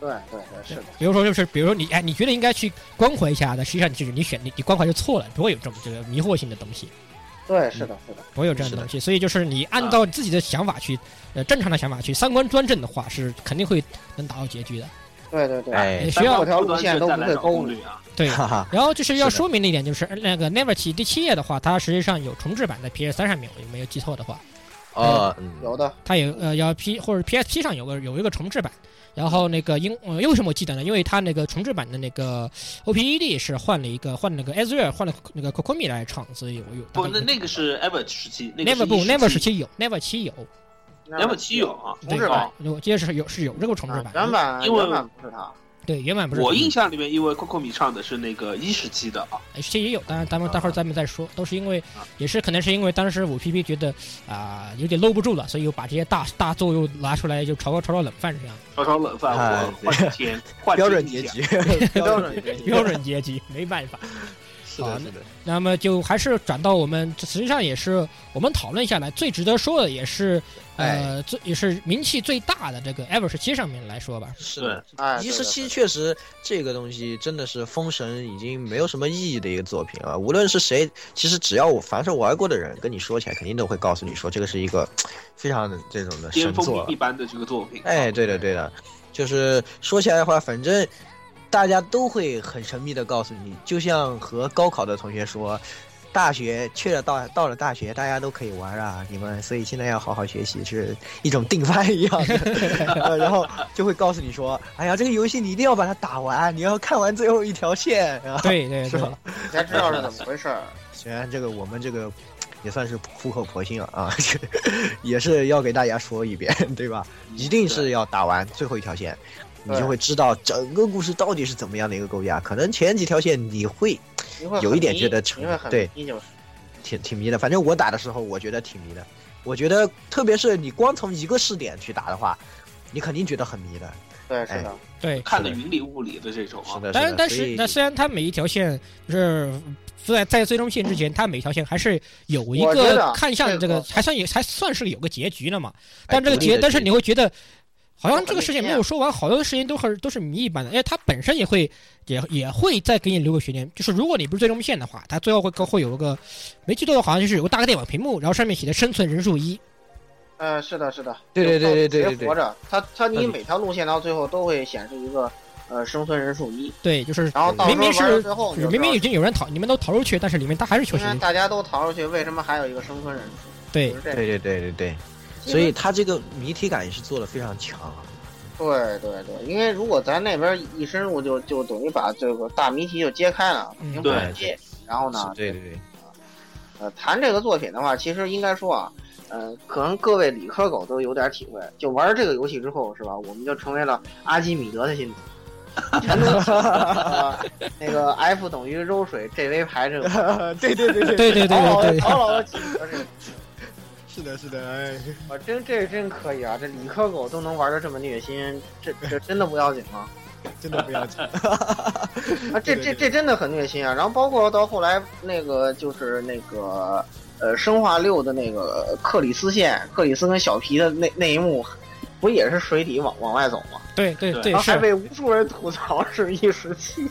S3: 对对对是的。
S4: 比如说就是比如说你哎，你觉得应该去关怀一下的，实际上你就是你选你你关怀就错了，不会有这种这个迷惑性的东西，
S3: 对，是的，是的，
S4: 不会有这样的东西。所以就是你按照自己的想法去，呃正常的想法去三观端正的话，是肯定会能达到结局的。
S3: 对对对，
S1: 哎
S4: 也，需
S2: 三
S3: 这
S4: 要
S2: 个
S3: 条
S2: 不
S3: 路
S2: 端
S3: 线
S2: 正
S3: 都
S2: 再
S3: 不
S2: 来
S3: 会
S2: 找
S3: 勾
S2: 攻
S3: 你。
S2: 略啊，
S4: 对，
S1: 哈哈，
S4: 然后就是要
S1: 是的
S4: 说明的一点就是，呃那个 Neverty 第七页的话，它实际上有重置版在 PS 三上面，我有没有记错的话，
S2: 啊
S1: 哦，嗯
S3: 有的，
S4: 它有呃要 P 或者 PSP 上有个有一个重置版。然后那个因、呃、为什么我记得呢？因为它那个重置版的那个 OPED 是换了一个换了个 Azure 换了那个 Kokomi 来唱，所以我有
S2: 不，
S4: 大概
S2: 那那个是 Ever 时期，那个
S4: Never 不
S2: 一
S4: Never 时
S2: 时期，
S4: 期有 Never 七有
S2: 原本七有啊，
S3: 重置
S4: 对
S3: 版，
S4: 我记得是有是有这个重置版，
S3: 啊原版
S2: 因为
S3: 原版不是他，
S4: 对原版不是
S2: 啊我
S4: 重置
S2: 印象里面，因为 Coco 米唱的是那个一时期的啊，
S4: H 七也有，当然
S1: 啊
S4: 咱们待会儿咱们再说，都是因为也是可能是因为当时五 PP 觉得啊、有点搂不住了，所以又把这些大大作又拿出来就炒炒炒炒冷饭这样，
S2: 烧烧冷饭，
S1: 哎
S2: 我换几天，
S1: [LAUGHS] 嗯
S2: 换
S1: 标准
S2: 几
S1: 结
S2: 天
S1: 局，
S3: 标准结局
S4: 标准阶级没办法。
S1: 是的，是的，
S4: 那么就还是转到我们，这实际上也是我们讨论下来最值得说的，也是
S1: 哎
S4: 呃最也是名气最大的这个 Ever 十七上面来说吧。
S1: 是
S2: 对
S1: 的。，
S3: 哎，
S1: 一十七确实，这个东西真的是《封神》已经没有什么意义的一个作品了。无论是谁，其实只要我凡是玩过的人跟你说起来，肯定都会告诉你说这个是一个非常这种的
S2: 巅
S1: 神作啊
S2: 峰。一般的这个作品，
S1: 哎，对的对的，就是说起来的话，反正大家都会很神秘的告诉你，就像和高考的同学说。大学去了到到了大学，大家都可以玩啊！你们所以现在要好好学习，是一种定番一样的。 [LAUGHS] 呃然后就会告诉你说：“哎呀，这个游戏你一定要把它打完，你要看完最后一条线。”啊，
S4: 对对
S1: 是
S4: 对
S1: 吧，
S3: 你才知道是怎么回事儿。
S1: 虽然这个我们这个也算是苦口婆心了啊， [LAUGHS] 这个也是要给大家说一遍，对吧？一定是要打完最后一条线，你就会知道整个故事到底是怎么样的一个构架。可能前几条线你会
S3: 你会很
S1: 有一点
S3: 迷
S1: 觉得成
S3: 你会很
S1: 对
S3: 迷就是
S1: 挺挺迷的，反正我打的时候我觉得挺迷的。我觉得特别是你光从一个视点去打的话，你肯定觉得很迷的。
S3: 对是
S1: 哎
S3: 的，
S4: 对。
S2: 看得云里雾里的这种
S1: 是
S2: 啊，
S1: 的，
S4: 当然，但
S1: 所
S4: 是
S1: 以
S4: 那虽然它每一条线是在在最终线之前，它每一条线还是有一
S3: 我觉
S4: 个
S3: 得
S4: 看向这
S3: 这
S4: 个
S3: 个
S4: 还算有还算是有个结局了嘛。
S1: 哎
S4: 但这个
S1: 独立
S4: 结，
S1: 的
S4: 但是
S1: 结
S4: 你会觉得，好像
S3: 我
S4: 这个
S3: 没
S4: 事情没
S3: 见
S4: 有说完，好多事情都很都是谜一般的，因为它本身也会也也会再给你留个悬念。就是如果你不是最终线的话，它最后会会有一个，没记错的话，好像就是有个大个电脑屏幕，然后上面写的生存人数一。
S3: 嗯是的是的，
S1: 对对对对对
S3: 谁
S1: 对对
S3: 活着，他他你
S1: 嗯
S3: 每条路线到最后都会显示一个呃生存人数一，
S4: 对，就是
S3: 然后到时
S4: 明
S3: 候
S4: 明
S3: 玩到
S4: 是
S3: 最后你就
S4: 明明
S3: 知
S4: 已
S3: 道
S4: 经有人逃，你们都逃出去，但是里面它还是确
S3: 今
S4: 实
S3: 天大家都逃出去，为什么还有一个生存人数？
S4: 对
S3: 就。是这样
S1: 对对对对对，所以它这个谜题感也是做的非常强啊。
S3: 对对对，因为如果咱那边一深入就，就等于把这个大谜题就揭开了，
S4: 嗯
S3: 明
S2: 对
S3: 白揭。然后呢
S1: 是，对对对，
S3: 呃，谈这个作品的话，其实应该说啊，呃，可能各位理科狗都有点体会，就玩这个游戏之后，是吧？我们就成为了阿基米德的心理，全都是、呃、那个 F 等于鞣水 JV 排这
S1: [LAUGHS]
S3: 个，
S1: 对对对 [LAUGHS] 对，
S4: 对 [LAUGHS] 对对
S3: 好老
S4: 对对，
S3: 好老的几个这个，
S1: 是的，是的，哎。
S3: 我真这真可以啊！这理科狗都能玩的这么虐心，这这真的不要紧啊吗？
S1: 真的不要紧。
S3: 啊，这
S1: 对
S3: 这
S1: 对
S3: 这真的很虐心啊！然后包括到后来那个就是那个呃生化六的那个克里斯线，克里斯跟小皮的那那一幕，不也是水底往往外走吗？
S4: 对对
S2: 对
S4: 对
S3: 然后还
S4: 是，
S3: 被无数人吐槽是一时期，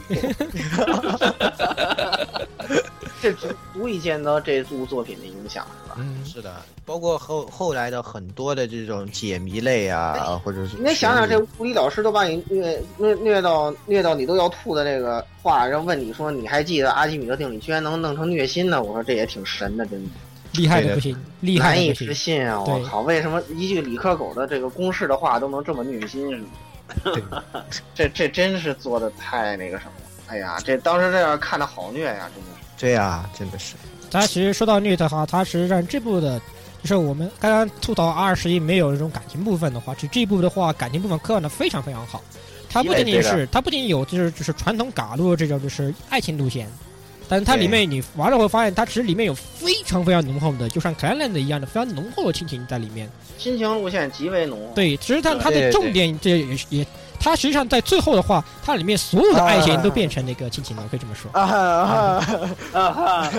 S3: [LAUGHS] 这足足以见得这部作品的影响，是吧？
S1: [LAUGHS]
S4: 嗯，
S1: 是的，包括后后来的很多的这种解谜类啊，或者是
S3: 你得想想，
S1: 悬
S3: 这
S1: 疑
S3: 物理老师都把你虐虐虐到虐到你都要吐的这个话，然后问你说你还记得阿基米德定理，居然能弄成虐心呢？我说这也挺神的，真的。
S4: 厉害
S1: 对
S4: 的
S1: 的
S4: 不行，厉害
S3: 难
S4: 的
S3: 以
S4: 不
S3: 置
S4: 行，
S3: 信啊！我
S4: 对
S3: 靠，为什么一句理科狗的这个公式的话都能这么虐心？
S1: 对
S3: [LAUGHS] 这这真是做的太那个什么了！哎呀，这当时这样看的好虐呀、真的是。
S1: 对啊，真的是
S4: 它其实说到虐的话，它实际上这部的，就是我们刚刚吐槽 R 十一没有这种感情部分的话，就这部的话，感情部分刻画的非常非常好。它不仅仅
S1: 对的
S4: 是它不仅有就是就是传统嘎路这种就是爱情路线，但是它
S1: 对
S4: 里面你玩了会发现，它其实里面有非常非常浓厚的，就像 c l a n d 一样的非常浓厚的亲情在里面。
S3: 亲情路线极为浓，啊
S4: 对，实际上它
S1: 对对
S4: 的重点这也也，它实际上在最后的话，它里面所有的爱情都变成那个亲情了，我可以这么说。
S1: 啊，
S2: 啊哈，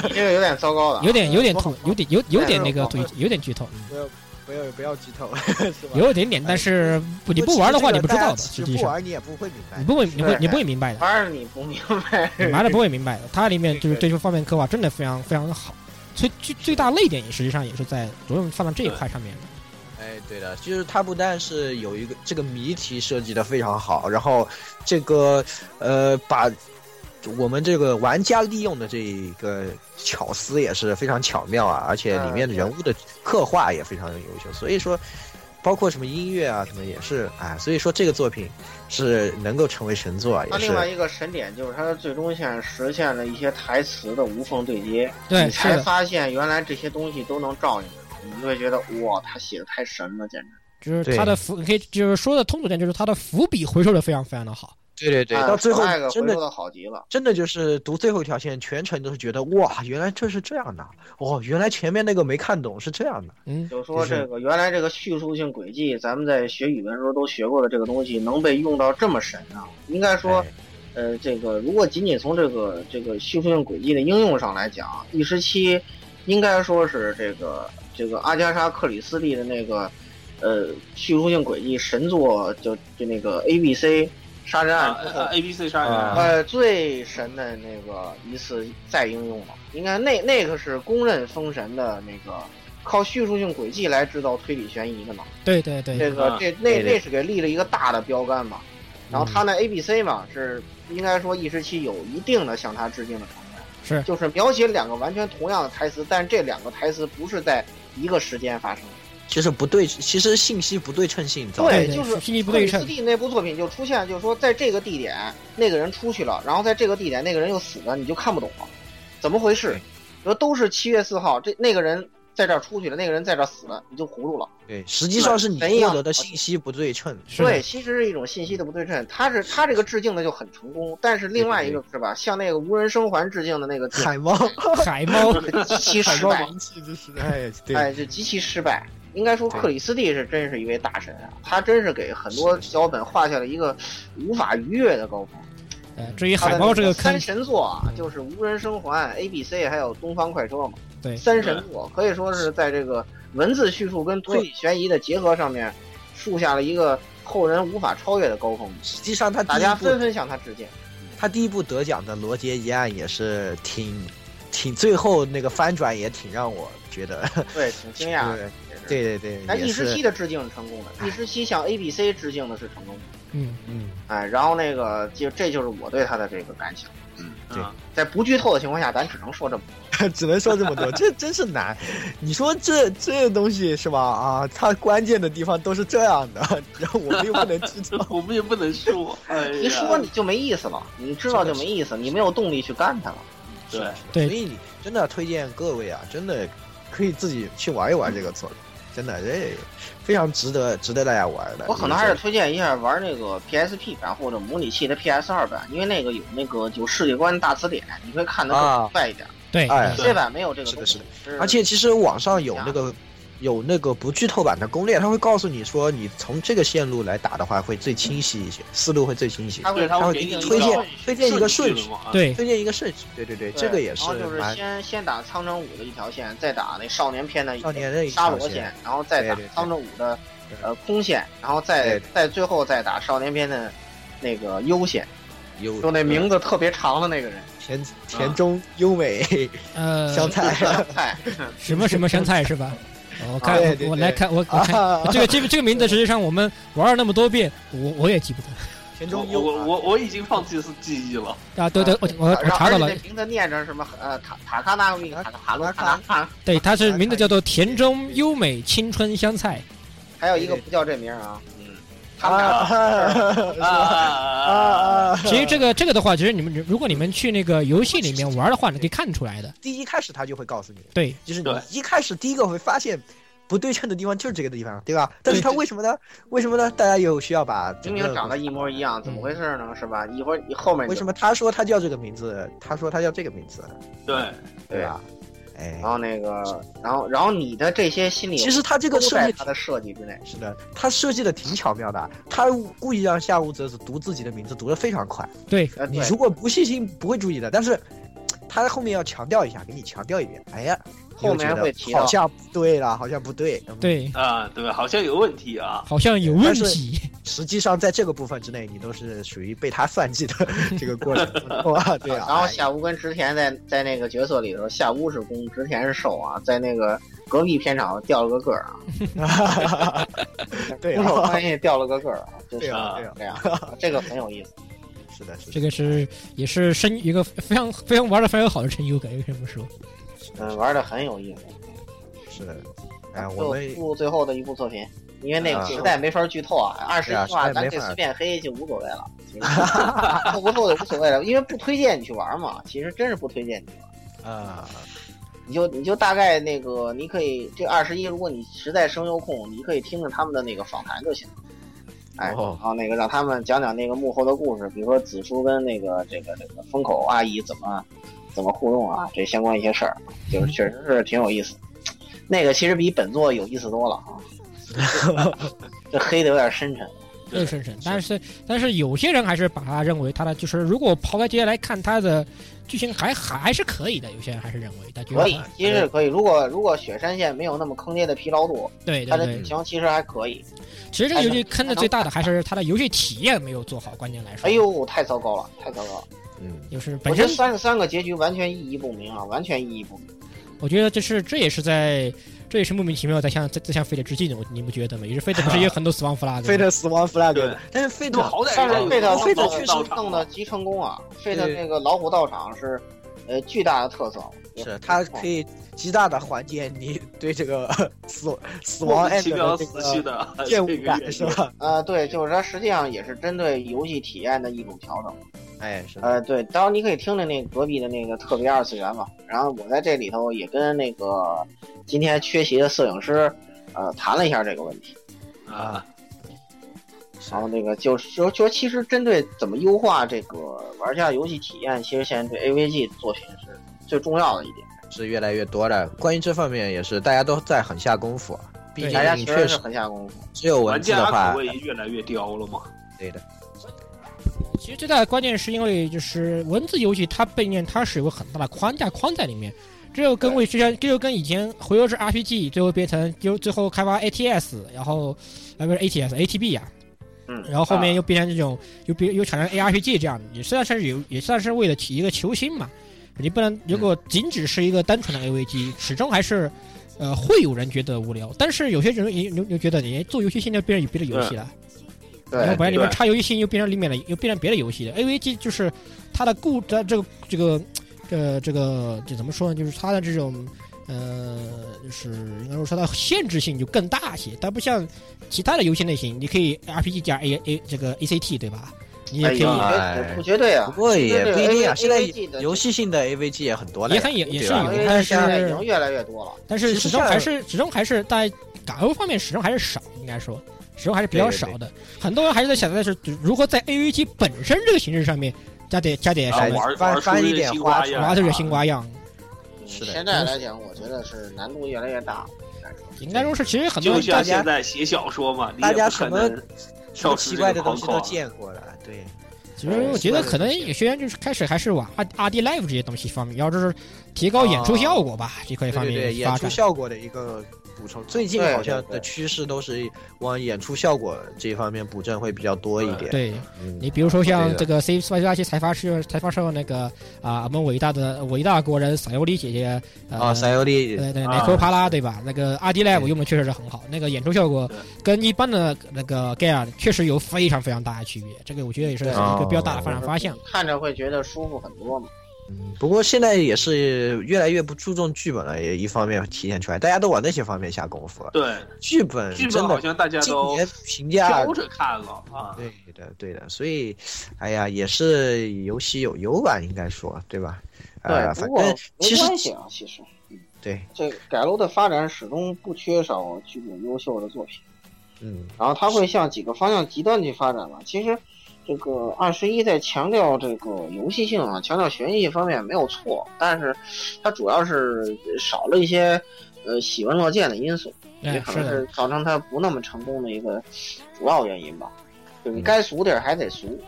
S3: [LAUGHS] 你这个有点糟糕了啊。
S4: 有点有点
S3: 说好
S4: 吐，有点有有点
S3: 但
S4: 那
S3: 是
S4: 个
S3: 我
S4: 吐，有点剧透，嗯
S1: 不要不要剧透， [LAUGHS] 是吧？
S4: 有一点点，但是不你不玩的话，你不知道的，实际
S1: 不
S4: 上
S1: 玩你也不会明白
S4: 你。不会你会
S3: 对
S4: 你不会明白的，
S3: 玩儿你不明白，
S4: 你玩了不会明白的。它里面就是对这方面刻画真的非常非常好，所以最最大泪点也实际上也是在着重放到这一块上面。
S1: 哎，对的，就是它不但是有一个这个谜题设计的非常好，然后这个呃把我们这个玩家利用的这一个巧思也是非常巧妙啊，而且里面的人物的刻画也非常优秀，所以说包括什么音乐啊什么也是啊，所以说这个作品是能够成为神作啊，
S3: 它
S1: 也
S3: 另外
S1: 是
S3: 一个神点就是它最终线实现了一些台词的无缝对接，
S4: 对，
S3: 你
S4: 是
S3: 才
S4: 的，
S3: 发现原来这些东西都能照应着。你就会觉得哇，他写的太神了，简直。
S4: 就是他的伏，你可以就是说的通俗点，就是他的伏笔回收的非常非常的好。
S1: 对对对，
S3: 哎
S1: 到最后
S3: flag
S1: 真
S3: 回
S1: 的
S3: 收的好极了。
S1: 真的就是读最后一条线，全程都是觉得哇，原来这是这样的，哦，原来前面那个没看懂是这样的，
S4: 嗯，
S3: 就说这个原来这个叙述性轨迹，咱们在学语文时候都学过的这个东西，能被用到这么神啊！应该说，
S1: 哎
S3: 呃，这个如果仅仅从这个这个叙述性轨迹的应用上来讲，第十七应该说是这个这个阿加莎·克里斯蒂的那个呃叙述性轨迹神作，就就那个 A B C 杀人案之呃后，
S2: 呃，A B C 杀
S1: 啊
S2: 人，
S3: 呃，最神的那个一次再应用了，应该那那个是公认封神的那个，靠叙述性轨迹来制造推理悬疑的嘛。
S4: 对对对，
S3: 这个
S2: 啊
S3: 这
S1: 对
S3: 那
S1: 对
S3: 那是给立了一个大的标杆嘛。然后他那 A B C 嘛是应该说 E 十七有一定的向他致敬的成分，
S4: 是
S3: 就是描写两个完全同样的台词，但这两个台词不是在一个时间发生的。
S1: 其实不对，其实信息不对称性，早
S3: 对，
S4: 对对
S3: 就是
S4: 信息不对称
S3: 克里斯蒂那部作品就出现，就是说在这个地点那个人出去了，然后在这个地点那个人又死了，你就看不懂了，怎么回事
S1: 对？
S3: 说都是七月四号，这那个人在这儿出去了，那个人在这儿死了，你就糊涂了。
S1: 对，实际上是你
S3: 神一样啊
S1: 获得的信息不对
S3: [LAUGHS]
S1: 称，
S4: 是
S3: 对，
S4: 的，
S3: 其实是一种信息的不对称。他是他这个致敬的就很成功，但是另外一个是吧，向那个无人生还致敬的那个
S1: [LAUGHS]
S3: 就
S1: 海猫，
S4: 海
S1: [LAUGHS]
S4: 猫，
S3: 极其
S1: 海
S3: 失
S1: 猫
S3: 败，
S1: 王气之时代，哎，对，
S3: 哎，就极其失败。应该说，
S1: 对
S3: 克里斯蒂是真是一位大神啊，他真是给很多
S1: 是
S3: 脚本画下了一个无法逾越的高峰。
S4: 呃，至于
S3: 他的
S4: 海猫这个
S3: 三
S1: 哎
S4: 看，
S3: 神作
S1: 嗯
S3: 啊，就是无人生还、A B C 还有东方快车嘛。
S4: 对
S3: 三神作可以说是在这个文字叙述跟推理悬疑的结合上面，树下了一个后人无法超越的高峰。
S1: 实际上他
S3: [LAUGHS] 大
S1: 第
S3: 家
S1: 一
S3: 纷
S1: 部
S3: 纷向他
S1: [LAUGHS]
S3: 致敬。
S1: 他第一部得奖的《罗杰一案》也是挺挺，最后那个翻转也挺让我觉得，
S3: 对，挺惊讶的。也是。
S1: [LAUGHS] 对对对，
S3: 但
S1: 也
S3: E 十
S1: 是
S3: 七的致敬是成功的，E 十七向 A B C 致敬的是成功的。
S4: 嗯，
S1: 嗯，
S3: 哎，然后那个就这就是我对他的这个感想。
S1: 对
S2: 啊。
S3: 在不剧透的情况下，咱只能说这么多。
S1: [LAUGHS] 只能说这么多，这真是难。你说这这东西是吧？啊，它关键的地方都是这样的，然后我们又不能知道
S2: [LAUGHS]
S3: [LAUGHS]
S2: 我们也不能说，哎呀，
S3: 一说你就没意思了，你知道就没意思，你没有动力去干它了。
S2: 对，
S4: 对
S1: 所以你真的推荐各位啊，真的可以自己去玩一玩这个作品，真的这非常值得值得大家玩的。
S3: 我可能还是推荐一下玩那个 PSP 版或者模拟器的 PS 二版，因为那个有那个有世界观大词典，你会看得
S1: 啊
S3: 更快一点。
S4: 对，
S1: 哎
S3: 这版没有这个东西，
S1: 是的而且其实网上有
S3: 哎
S1: 那个。有那个不剧透版的攻略，它会告诉你说，你从这个线路来打的话，会最清晰一些，思路会最清晰。
S3: 他会
S2: 对它
S1: 会
S3: 会
S1: 给
S3: 给
S1: 你
S3: 一
S1: 推
S3: 个
S1: 荐
S3: 对
S1: 推荐一个顺
S2: 序
S1: 序
S2: 的，嘛，啊，
S4: 对
S1: 推荐一个顺序，对对对，这个也是
S3: 然后就是
S1: 蛮
S3: 先先打苍城武的一条线，再打那少年篇的
S1: 少年的一
S3: 沙
S1: 条
S3: 罗线，然后再打
S1: 对对对
S3: 苍城武的呃空线，然后再
S1: 对
S3: 再最后再打少年篇的那个优啊线，
S1: 有
S3: 就那名字特别长的那
S1: [LAUGHS]
S3: 个人，
S1: 田田中优美
S4: 呃，
S1: 香
S3: [LAUGHS]
S1: 菜
S3: 菜
S4: 什么
S1: [LAUGHS]
S4: 什么香菜是吧？我看
S1: 对对
S4: 我来
S1: 对
S4: 看我我看
S1: [LAUGHS] 啊，
S4: 这个这个这个名字，实际上我们玩了那么多遍，我我也记不得
S1: 田
S2: 我
S1: 中优
S2: 我我我已经放弃记忆
S1: [LAUGHS]
S2: 了，
S4: 啊。对对，我我我
S3: 然后
S4: 查到
S3: 而且
S4: 了
S3: 那，名字念着什么呃塔塔卡纳米塔卡罗塔卡，
S4: 对，它
S1: 啊
S4: 是名字叫做田中优美青春
S1: [LAUGHS]
S4: 香菜。
S3: 还有一个不叫这名儿啊，嗯，他们俩
S1: 啊啊
S2: 啊，
S1: 啊！
S4: 其实这个这个的话，其实你们如果你们去那个游戏里面玩的话，你可以看出来的。
S1: 第一开始他就会告诉你，
S4: 对，
S1: 就是你
S2: 对
S1: 一开始第一个会发现不对称的地方就是这个地方，对吧？但是
S2: 对
S1: 他为什么呢？为什么呢？大家有需要把
S3: 明明长得一模一
S1: 样，
S3: 样，怎么回事呢？是吧？一会儿你后面
S1: 为什
S3: 么？
S1: 么他说他叫这个名字？他说他叫这个名字，
S2: 对，
S1: 对吧？哎
S3: 然，后那个，然后然后你的这些心理，
S1: 其实他这
S3: 这
S1: 个
S3: 都
S1: 设
S3: 在
S1: 计
S3: 他的设计之内。
S1: 是的，他设计的挺巧妙的，他故意让夏无泽子读自己的名字读得非常快。
S4: 对，
S3: 呃，
S1: 你
S3: 对
S1: 如果不细心，不会注意的。但是，他后面要强调一下，给你强调一遍。哎呀，
S3: 后面
S1: 你就觉得
S3: 会提到
S1: 好像不对了，好像不对。嗯， [LAUGHS]
S4: 对，
S2: 啊，对，好像有问题啊，
S4: 好像有问
S1: 但是
S4: 题。
S1: 实际上在这个部分之内，你都是属于被他算
S4: [LAUGHS]
S1: 计的这个过程。哇，对啊。
S3: 然后
S1: 哎
S3: 夏屋跟织田在在那个角色里头，夏屋是攻，织田是受啊，在那个隔壁片场掉了个个儿啊，
S1: 对
S3: 攻守
S1: 啊，
S3: 关系掉了个个儿啊，真
S1: 对
S3: 是
S1: 啊，对啊，
S3: 这样，这个很有意思。
S1: 是的，是
S4: 这
S1: 的。
S4: 个是也是深一个非常非常玩的非常好的声优，感觉这么说。
S3: 嗯，玩的很有意思。
S1: 是的。哎，
S3: 就
S1: 我们
S3: 录最后的一部作品，因为那
S1: 啊
S3: 个时代没法剧透啊，二十
S1: 对啊
S3: 一话
S1: 实在
S3: 咱
S1: 没
S3: 可以
S1: 法
S3: 随便黑就无所
S1: [LAUGHS]
S3: 谓了，透不透就无所谓了，因为不推荐你去玩嘛，其实真是不推荐你。
S1: 啊，
S3: 你就你就大概那个，你可以这二十一，如果你实在声优控，你可以听着他们的那个访谈就行。哎，然
S1: 哦
S3: 后那个让他们讲讲那个幕后的故事，比如说子叔跟那个这个这个风口阿姨怎么怎么互动啊，这相关一些事儿，就是确实是挺有意思。那个其实比本作有意思多了啊，这黑的有点深沉。
S4: 更深深，但是但是有些人还是把它认为它的就是，如果抛开这些来看，它的剧情还还是可以的。有些人还是认为它觉得
S3: 可以，其实是可以。如果如果雪山县没有那么坑爹的疲劳度，
S4: 对
S3: 它
S4: 对
S3: 的嗯
S4: 对
S3: 剧，情其实还可以。
S4: 其实这个游戏坑的最大的还是它的游戏体验没有做好，关键来说，
S3: 哎，呦，太糟糕了，太糟糕了！
S1: 嗯，
S4: 就是本
S3: 我觉
S4: 身
S3: 得三十三个结局完全意义不明啊，完全意义不明。
S4: 我觉得这是这也是在这也是莫名其妙在向在在向费德致敬的，我你不觉得吗？也是
S3: [LAUGHS]
S4: 费德不是也有很多死亡 flag
S1: 飞
S4: 吗？
S1: 的死亡 flag，
S2: 对
S1: 但是飞
S2: 这
S1: 的
S2: 好歹
S3: 但是
S2: 人
S3: 费
S2: 家
S3: 特
S2: 有
S1: 费特
S2: 老虎
S1: 确
S3: 确
S1: 实
S2: 到
S3: 实
S2: 场
S3: 弄得极成功啊！费特
S1: 对
S3: 那个老虎道场是，呃，巨大的特色。
S1: 是它可以极大的缓解你对这个死死
S2: [LAUGHS]
S1: 亡
S2: 莫名
S1: end
S2: 其
S1: 的
S2: 妙
S1: 这
S2: 死去
S1: 个 [LAUGHS]
S2: 的
S1: 厌
S2: 这
S1: 恶
S2: 个
S1: 感
S2: 原
S1: 是
S2: 因
S1: 吧？
S3: 呃，对，就是它实际上也是针对游戏体验的一种调整。
S1: 哎，是
S3: 呃，对，当然你可以听着那隔壁的那个特别二次元嘛。然后我在这里头也跟那个今天缺席的摄影师，呃，谈了一下这个问题。
S1: 嗯
S2: 啊，
S1: 是
S3: 然后那个就是就就其实针对怎么优化这个玩家游戏体验，其实现在对 AVG 作品是最重要的一点。
S1: 是越来越多了。关于这方面也是大家都在很下功夫，毕
S4: 对
S1: 竟
S3: 大家其
S1: 确
S3: 实是
S1: 实
S3: 很下功夫。
S1: 只有文
S2: 玩
S1: 字的
S2: 家
S1: 话
S2: 口，味也越来越刁了嘛。
S1: 对的，
S4: 其实最大的关键是因为就是文字游戏它背面它是有个很大的框架框在里面，这就跟为之前这就跟以前回合制 RPG 最后变成就最后开发 ATS，然后呃不是 ATS ATB 呀、
S3: 嗯
S4: 然后后
S2: 啊
S4: 面又变成这种又变又产生 ARPG 这样，也算是有也算是为了起一个求新嘛。你不能如果仅只是一个单纯的 AVG，始终还是呃会有人觉得无聊，但是有些人也又又觉得你做游戏现在变成别的游戏了。然后
S1: 对
S4: 本来里面
S2: 对
S4: 插游戏性又变成里面的，又变成别的游戏的。AVG 就是它的故它这个这个呃这个这怎么说呢？就是它的这种呃，就是应该说它的限制性就更大一些。它不像其他的游戏类型，你可以 RPG 加 A A 这个 ACT 对吧？你也可以。
S1: 呀
S3: 哎，不绝对啊
S1: 不，过也不一定啊。
S3: 对
S1: 现在
S3: AVG 的
S1: 游戏性的 AVG 也很多了
S4: 也
S1: 呀，
S4: 很也也是
S1: 对吧
S4: 有，
S3: 因为
S4: 但
S3: 现在已
S4: 是
S3: 经越来越多了。
S4: 但是
S1: 其实
S4: 始终
S1: 像
S4: 还是始终还是在感悟方面始终还是少，应该说始终还是比较
S1: 对对
S4: 少
S1: 对
S4: 的。很多人还是在想的是如何在 AVG 本身这个形式上面加点加点
S2: 啊
S4: 什么。
S2: 玩
S1: 翻
S2: 玩出
S1: 翻一
S2: 些
S1: 点
S2: 新
S1: 花
S2: 花
S1: 出
S2: 样
S1: 来
S4: 啊，
S2: 啊，
S4: 这是新花样。
S1: 是的
S3: 嗯现在来讲，我觉得是难度越来越大。
S4: 应该说是，其实很
S2: 就
S4: 多人
S2: 像
S1: 大家
S2: 现在写小说嘛，你
S1: 大
S2: 也
S1: 家
S2: 不
S1: 什
S2: 可
S1: 么
S2: 能
S1: 什么
S2: 跳
S1: 奇
S2: 出这
S1: 怪
S2: 个
S1: 的东西
S2: 框
S1: 都
S2: 框
S1: 见过了，对，
S4: 其实我
S1: 呃
S4: 觉得可能有些人就是开始还是往 R R D Live 这些东西方面，要就是提高演出效果吧，这块
S1: 啊对
S4: 方
S1: 对对，
S4: 面
S1: 演
S4: 发
S1: 出
S4: 展。
S1: 效果的一个补充。最近
S3: 对
S1: 好像的
S3: 对对
S1: 趋势都是往演出效果这一方面补正会比较多一点。
S4: 对
S1: 嗯
S4: 你比如说
S1: 对
S4: 像
S1: 的
S4: 这个 C Y Y 七财阀社财阀社那个啊，我们伟大的伟大国人撒尤里姐姐
S1: 啊，
S4: 呃，
S1: 塞尤利
S4: 对对，
S2: 啊
S4: 奈克帕拉对吧？那个 R D Live
S1: 对
S4: 用的确实是很好，那个演出效果
S2: 对
S4: 跟一般的那个 g a r 确实有非常非常大的区别，这个我觉得也是一
S3: 对
S4: 个比较
S1: 哦
S4: 大的发展方向。
S3: 看着会觉得舒服很多嘛。
S1: 嗯不过现在也是越来越不注重剧本了，也一方面体现出来，大家都往那些方面下功夫了。
S2: 对
S1: 剧本
S2: 剧
S1: 真
S2: 本好
S1: 的
S2: 像大家
S1: 今
S2: 都
S1: 年评价
S2: 挑着看了啊。
S1: 对的对的，所以，哎呀，也是有喜有忧吧，应该说对吧？呃，
S3: 对，
S1: 反
S3: 不过
S1: 正
S3: 没
S1: 其实
S3: 关系啊，其实
S1: 对，
S3: 这改楼的发展始终不缺少具有优秀的作品。
S1: 嗯，
S3: 然后它会向几个方向极端去发展嘛。其实，这个二十一在强调这个游戏性啊，强调悬疑方面没有错，但是它主要是少了一些呃喜闻乐见的因素，也
S4: 哎，
S3: 可
S4: 是
S3: 能
S4: 的，
S3: 是造成它不那么成功的一个主要原因吧。就你
S1: 嗯
S3: 该俗地儿还得俗，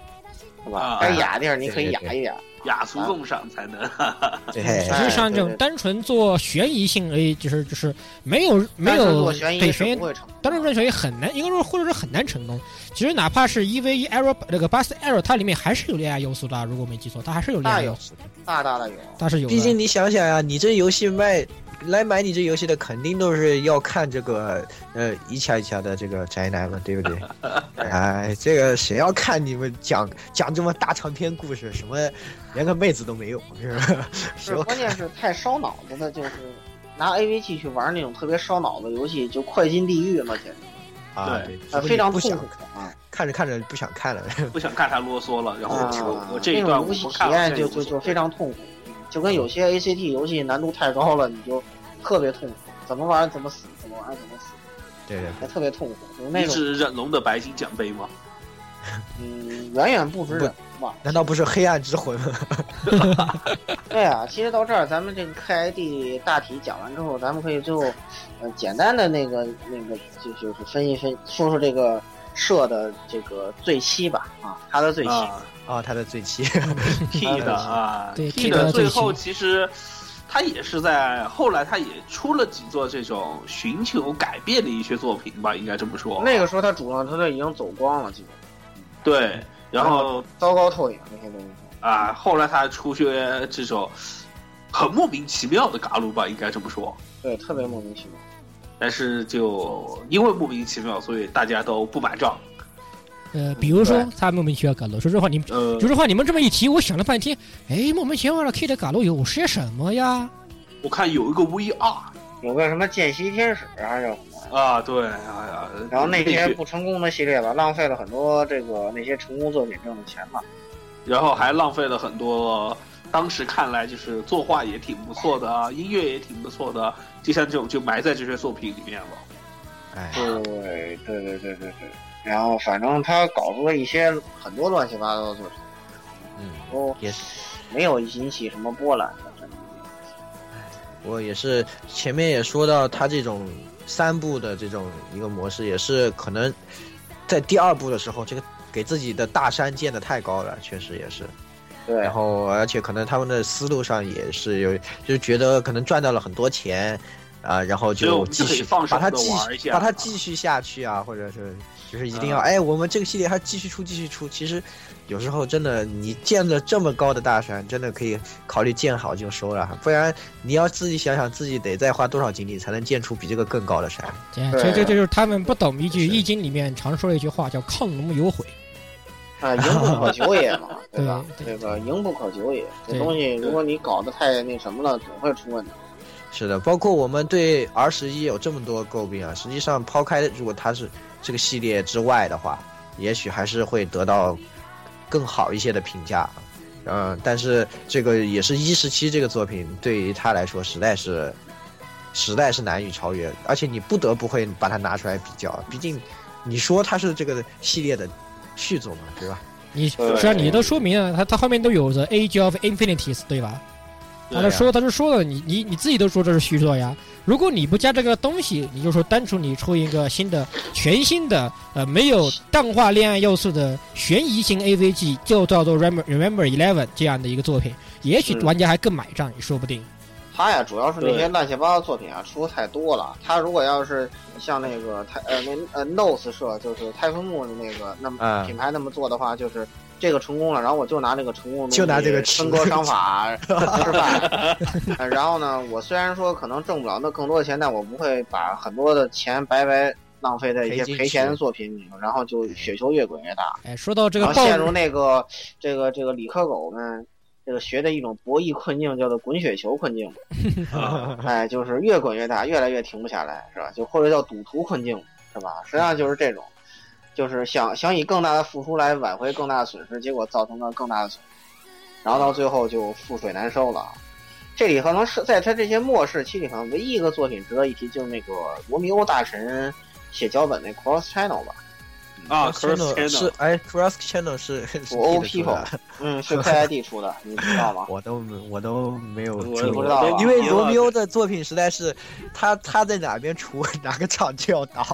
S3: 是吧
S2: 啊？
S3: 该雅地儿你可
S1: 哎对
S3: 以雅
S1: 对对
S3: 一雅。
S2: 雅俗共赏才能。 [LAUGHS]
S3: 啊
S1: 对，哎
S4: 实际上，
S3: 哎对
S4: 这种
S3: 对
S4: 单纯做悬疑性 A，就是就是没有没
S3: 单纯
S4: 有
S3: 做悬疑
S4: 对悬
S3: 是
S4: 疑
S3: 不，会成功的，
S4: 单纯做悬疑很难，应该说或者是很难成功。其实哪怕是一 v 一 error 那个 bus error，它里面还是有恋爱要素的啊，如果我没记错，它还是有恋
S3: 那
S4: 爱
S3: 有
S4: 要素，
S3: 大大的有。
S4: 它是有的。
S1: 毕竟你想想呀、你这游戏卖来买你这游戏的，肯定都是要看这个呃一家一家的这个宅男嘛，对不对？
S3: [LAUGHS]
S1: 哎，这个谁要看你们讲讲这么大长篇故事，什么连个妹子都没有，是吧？ [LAUGHS] 谁
S3: 是
S1: 要
S3: 关键是太烧脑子的，就是拿 AVG 去玩那种特别烧脑的游戏，就快进地狱嘛，简直
S1: 啊？
S2: 对
S1: 除
S3: 呃
S1: 非
S3: 非常
S1: 你不
S3: 痛
S1: 想
S3: 苦啊！
S1: 看着看着不想看了， [LAUGHS]
S2: 不想看他啰嗦了，然后
S3: 啊
S2: 我我这
S3: 那
S2: 一段
S3: 种
S2: 我
S3: 游戏
S2: 不
S3: 体
S2: 看了，
S3: 验
S2: 这
S3: 就
S2: 也无
S3: 就
S2: 所
S3: 就
S2: 谓
S3: 非常痛苦。就
S2: 嗯
S3: 跟有些 ACT 游戏难度太高了，你就特别痛苦，怎么玩怎么死，怎么玩怎么死，
S1: 对对
S3: 还特别痛苦。有那
S2: 你
S3: 种
S2: 指忍龙的白金奖杯吗？
S3: 嗯，远远不止忍吧？
S1: 难道不是黑暗之魂
S2: [LAUGHS]
S1: 吗？
S3: 对啊，其实到这儿咱们这个 KID 大体讲完之后，咱们可以最后，呃，简单的那个那个就就是分析分说说这个社的这个最期吧啊，它的最期。
S2: 啊
S1: 啊、他的最期，
S2: 嗯，T 的啊
S4: 对
S2: ，T
S4: ，T 的
S2: 的
S4: 最
S2: 最
S4: 新
S2: 后其实。他也是在后来，他也出了几座这种寻求改变的一些作品吧，应该这么说。
S3: 那个时候他主创团队已经走光了，基本
S2: 对，然后
S3: 糟糕透顶那些东西。
S2: 啊，后来他出些这种很莫名其妙的嘎鲁吧，应该这么说。
S3: 对，特别莫名其妙。
S2: 但是就因为莫名其妙，所以大家都不买账。
S4: 呃，比如说
S2: 对
S4: 他莫名其妙赶路，说实话，你们
S2: 呃，
S4: 说实话，你们这么一提，我想了半天，哎，莫名其妙的 K 的赶路有些什么呀？
S2: 我看有一个 VR
S3: 有个什么见习天使啊，叫什么？
S2: 啊，对，哎呀，
S3: 然后那些
S2: 些，
S3: 不成功的系列吧，浪费了很多这个那些成功作品挣的钱嘛。
S2: 然后还浪费了很多。当时看来就是作画也挺不错的啊，音乐也挺不错的，就像这种就埋在这些作品里面了。
S1: 哎，
S3: 对对对对对对。然后反正他搞出了一些很多乱七八糟的作品，
S1: 嗯，
S3: 都
S1: 也是。
S3: 没有引起什么波澜的。真的
S1: 我也是前面也说到，他这种三部的这种一个模式，也是可能在第二部的时候，这个给自己的大山建的太高了，确实也是。
S3: 对
S1: 然，后而且可能他们的思路上也是有，就觉得可能赚到了很多钱。啊，然后
S2: 所以我
S1: 就
S2: 们
S1: 继
S2: 就可以
S1: 续
S2: 放手
S1: 把它
S2: 地
S1: 继
S2: 玩一
S1: 续
S2: 下
S1: 把它
S2: 啊
S1: 继续下去啊，或者是就是一定要、
S2: 啊
S1: 哎，我们这个系列还继续出继续出。其实有时候真的你建了这么高的大山，真的可以考虑建好就收了，不然你要自己想想自己得再花多少精力才能建出比这个更高的山。
S4: 这
S3: 对
S4: 这这就是他们不懂一句《
S1: 是
S4: 易经》里面常说的一句话，叫“亢龙有悔
S3: 啊，赢不可久也
S4: [LAUGHS]
S3: 嘛，对吧？这
S4: 对
S3: 个赢不可久也，这
S4: 对
S3: 东西如果你搞得太那什么了，总会出问题。
S1: 是的，包括我们对 R 十一有这么多诟病啊，实际上抛开如果它是这个系列之外的话，也许还是会得到更好一些的评价。嗯，但是这个也是一十七这个作品对于他来说实在是实在是难以超越，而且你不得不会把它拿出来比较，毕竟你说它是这个系列的续作嘛，对吧？”。
S4: 你
S2: 对
S4: 实际上你都说明了，他他后面都有着 Age of Infinities，对吧？
S2: 对啊
S4: 他都
S1: 呀
S4: 说，他都说了，你你你自己都说这是虚作呀。如果你不加这个东西，你就说单纯你出一个新的、全新的、呃没有淡化恋爱要素的悬疑型 AVG，就叫做 Remember Remember Eleven 这样的一个作品，也
S3: 嗯
S4: 许
S2: 是
S4: 玩家还更买账，也说不定。
S3: 他呀，主要是那
S2: 对
S3: 些乱七八糟作品啊，出的太多了。他如果要是像那个泰呃那呃 Nose 社，就是泰丰木的那个那么、
S1: 嗯
S3: 品牌那么做的话，就是这个成功了，然后我就拿这个成功的东西
S1: 就拿这个吃
S3: 分割
S1: [LAUGHS]
S3: 商法失败、呃然后呢，我虽然说可能挣不了那更多的钱，但我不会把很多的钱白白浪费在一
S1: 赔
S3: 些
S1: 进
S3: 赔钱
S1: 去
S3: 的作品里，然后就雪球越滚越大。
S4: 哎，说到这个
S3: 然后
S4: 暴
S3: 陷入那个这个这个理科狗们这个学的一种博弈困境，叫做滚雪球困境。
S4: 啊
S3: 哎，就是越滚越大，越来越停不下来，是吧？就或者叫赌徒困境，是吧？实际上就是这种，就是想想以更大的付出来挽回更大的损失，结果造成了更大的损失，然后到最后就覆水难收了。这里可能是在他这些末世期里，可能唯一一个作品值得一提，就是那个罗密欧大神写脚本那 Cross Channel 吧。
S2: 啊
S1: Cross
S2: ，Cross
S1: Channel 是
S2: Channel
S1: 哎，Cross Channel 是是
S3: For all
S1: 记得住的
S3: people 嗯，是 KID 出的，你知道吗？
S1: 我都没我都没有
S2: 我
S1: 注意
S3: 不
S2: 我
S3: 知道
S2: 都
S3: 啊
S1: 因为
S2: 迷了
S1: 罗密欧的作品实在是，他他在哪边出 [LAUGHS] 哪个厂就要倒，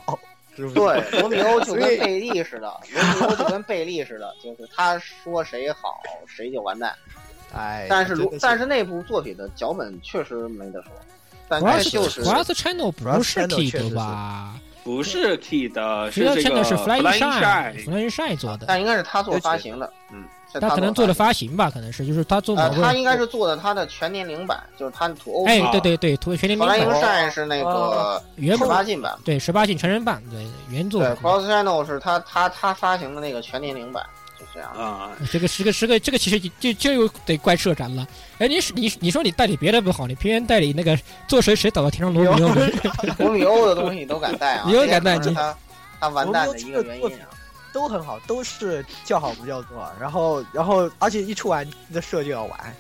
S1: 是 [LAUGHS] 不是？
S3: 对，罗密欧就跟
S1: 所以
S3: 贝利似的，罗密欧就跟贝利似的，就是他说谁好谁就完蛋。
S1: 哎，
S3: 但是
S1: 真
S3: 如
S1: 的
S3: 但
S1: 是
S3: 是那部作品的脚本确实没得说，但它
S4: Cross
S3: 就是
S4: Cross Channel 不是
S1: Cross Channel 确实
S4: Kid
S1: 是
S4: 吧
S2: 不是 T 的，是
S4: ？Cross
S2: 这个
S4: Channel 是 Flying
S2: Shine。
S4: Shine，Flying Shine 做的。
S3: 但应该是他做发行的，嗯，啊是
S4: 他可能做的
S3: 的
S4: 发行吧，可能是就是他做
S3: 呃
S4: 某，
S3: 他
S4: 个，
S3: 应该是做的他的全年龄版，就是他土欧
S4: 哎
S3: 版，
S4: 对对对，图全年龄
S3: 弗莱
S4: 版
S3: 因善是那个
S4: 哦原
S3: 十
S4: 版
S3: 八禁版，
S4: 对十八禁成人版对原作
S3: 对
S4: 版，
S3: ，Cross Channel 是他他他发行的那个全年龄版，就这
S4: [LAUGHS]
S3: 样。
S2: 啊，
S4: 呃这个十个十个这个其实就就就又得怪社长了。哎，你是你你说你代理别的不好，你偏偏代理那个做谁谁倒到天上罗密欧，
S3: [LAUGHS] 罗密欧的东西你都敢带啊？
S4: 你都敢带
S3: 这也可能是
S4: 你
S3: 他他完蛋的一个原因啊。
S1: 都很好，都是叫好不叫座，然后然后而且一出完的社就要完，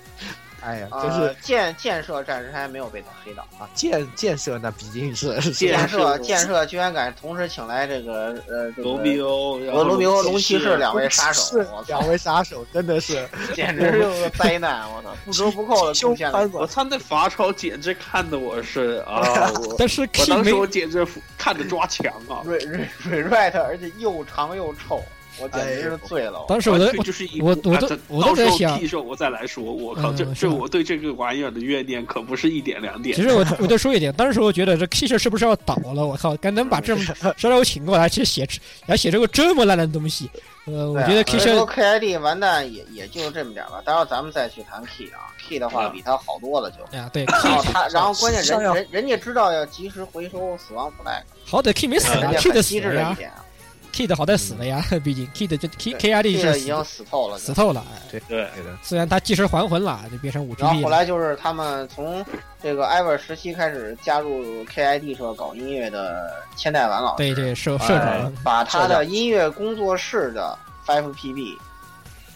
S1: 哎呀，真
S3: 呃
S1: 是，
S3: 建建设暂时还没有被他黑到啊。
S1: 建建设那毕竟是
S2: 建设
S3: 建设建设居然敢同时请来这个呃这个
S2: 罗密欧，然后
S3: 俄罗密欧龙骑
S2: 骑
S3: 士
S2: 士
S3: 两位杀手
S1: 是，
S3: 我操
S1: 两，位杀手，真的是
S3: 简直就是个灾难！我操， [LAUGHS]
S1: [LAUGHS]
S3: 不折不扣的
S1: 胸
S3: 贡献了
S1: 翻
S2: 我
S1: 过，
S2: 操，那法场简直看的我是啊，我
S4: 但是
S2: 我
S4: K
S2: 当
S4: 没
S2: 时我简直看着抓墙啊，
S3: [LAUGHS] 瑞瑞瑞瑞特，而且又长又臭，我简直是醉了！我
S4: 当时我的
S2: 完全就是一
S4: 我
S2: 股
S4: 我
S2: 啊
S4: 都
S2: 这
S4: 我都在
S2: 到时候
S4: 想
S2: 替手我再来说，我靠，
S4: 嗯
S2: 这
S4: 是
S2: 这
S4: 吧
S2: 我对这个玩意儿的怨念可不是一点两点
S4: 其。实我我再说一点，当时我觉得这 K 社是不是要倒了？我靠，敢能把
S3: [LAUGHS]
S4: 这么杀手请过来去写， [LAUGHS] 还写这个这么烂的东西，呃，
S3: 啊
S4: 我觉得 K
S3: 所以说
S4: 社
S3: KID 完蛋也也就这么点儿吧，待会儿咱们再去谈 Key 啊，Key 的话比他好多了就。
S4: 啊，对
S3: 然后
S4: ，K
S3: 他，然后关键
S1: 上
S3: 人
S1: 要
S3: 人人家知道要及时回收死亡 flag，
S4: 好歹 K 没死
S3: 人
S4: 呀
S3: 家
S4: 啊，K
S3: 很
S4: 的
S3: 机
S4: 死
S3: 智
S4: 了
S3: 的一
S4: 呀
S3: 点啊，
S4: ，K 的好歹死了呀，毕竟 K 的这 K
S3: 对
S4: K R D
S3: 这个
S4: 是
S3: 已
S4: 死
S3: 经死透了，
S4: 死透了，哎
S2: 对，
S1: 对的， [LAUGHS]
S4: 虽然他及时还魂了，就变成五 G
S3: 然后
S4: B
S3: 后
S4: 了。
S3: 来就是他们从这个 Ever 时期开始加入 KID 社搞音乐的千代丸老师，
S4: 对对，社社
S3: 呃
S4: 长，
S3: 把他
S1: 社
S3: 的音乐工作室的 Five PB，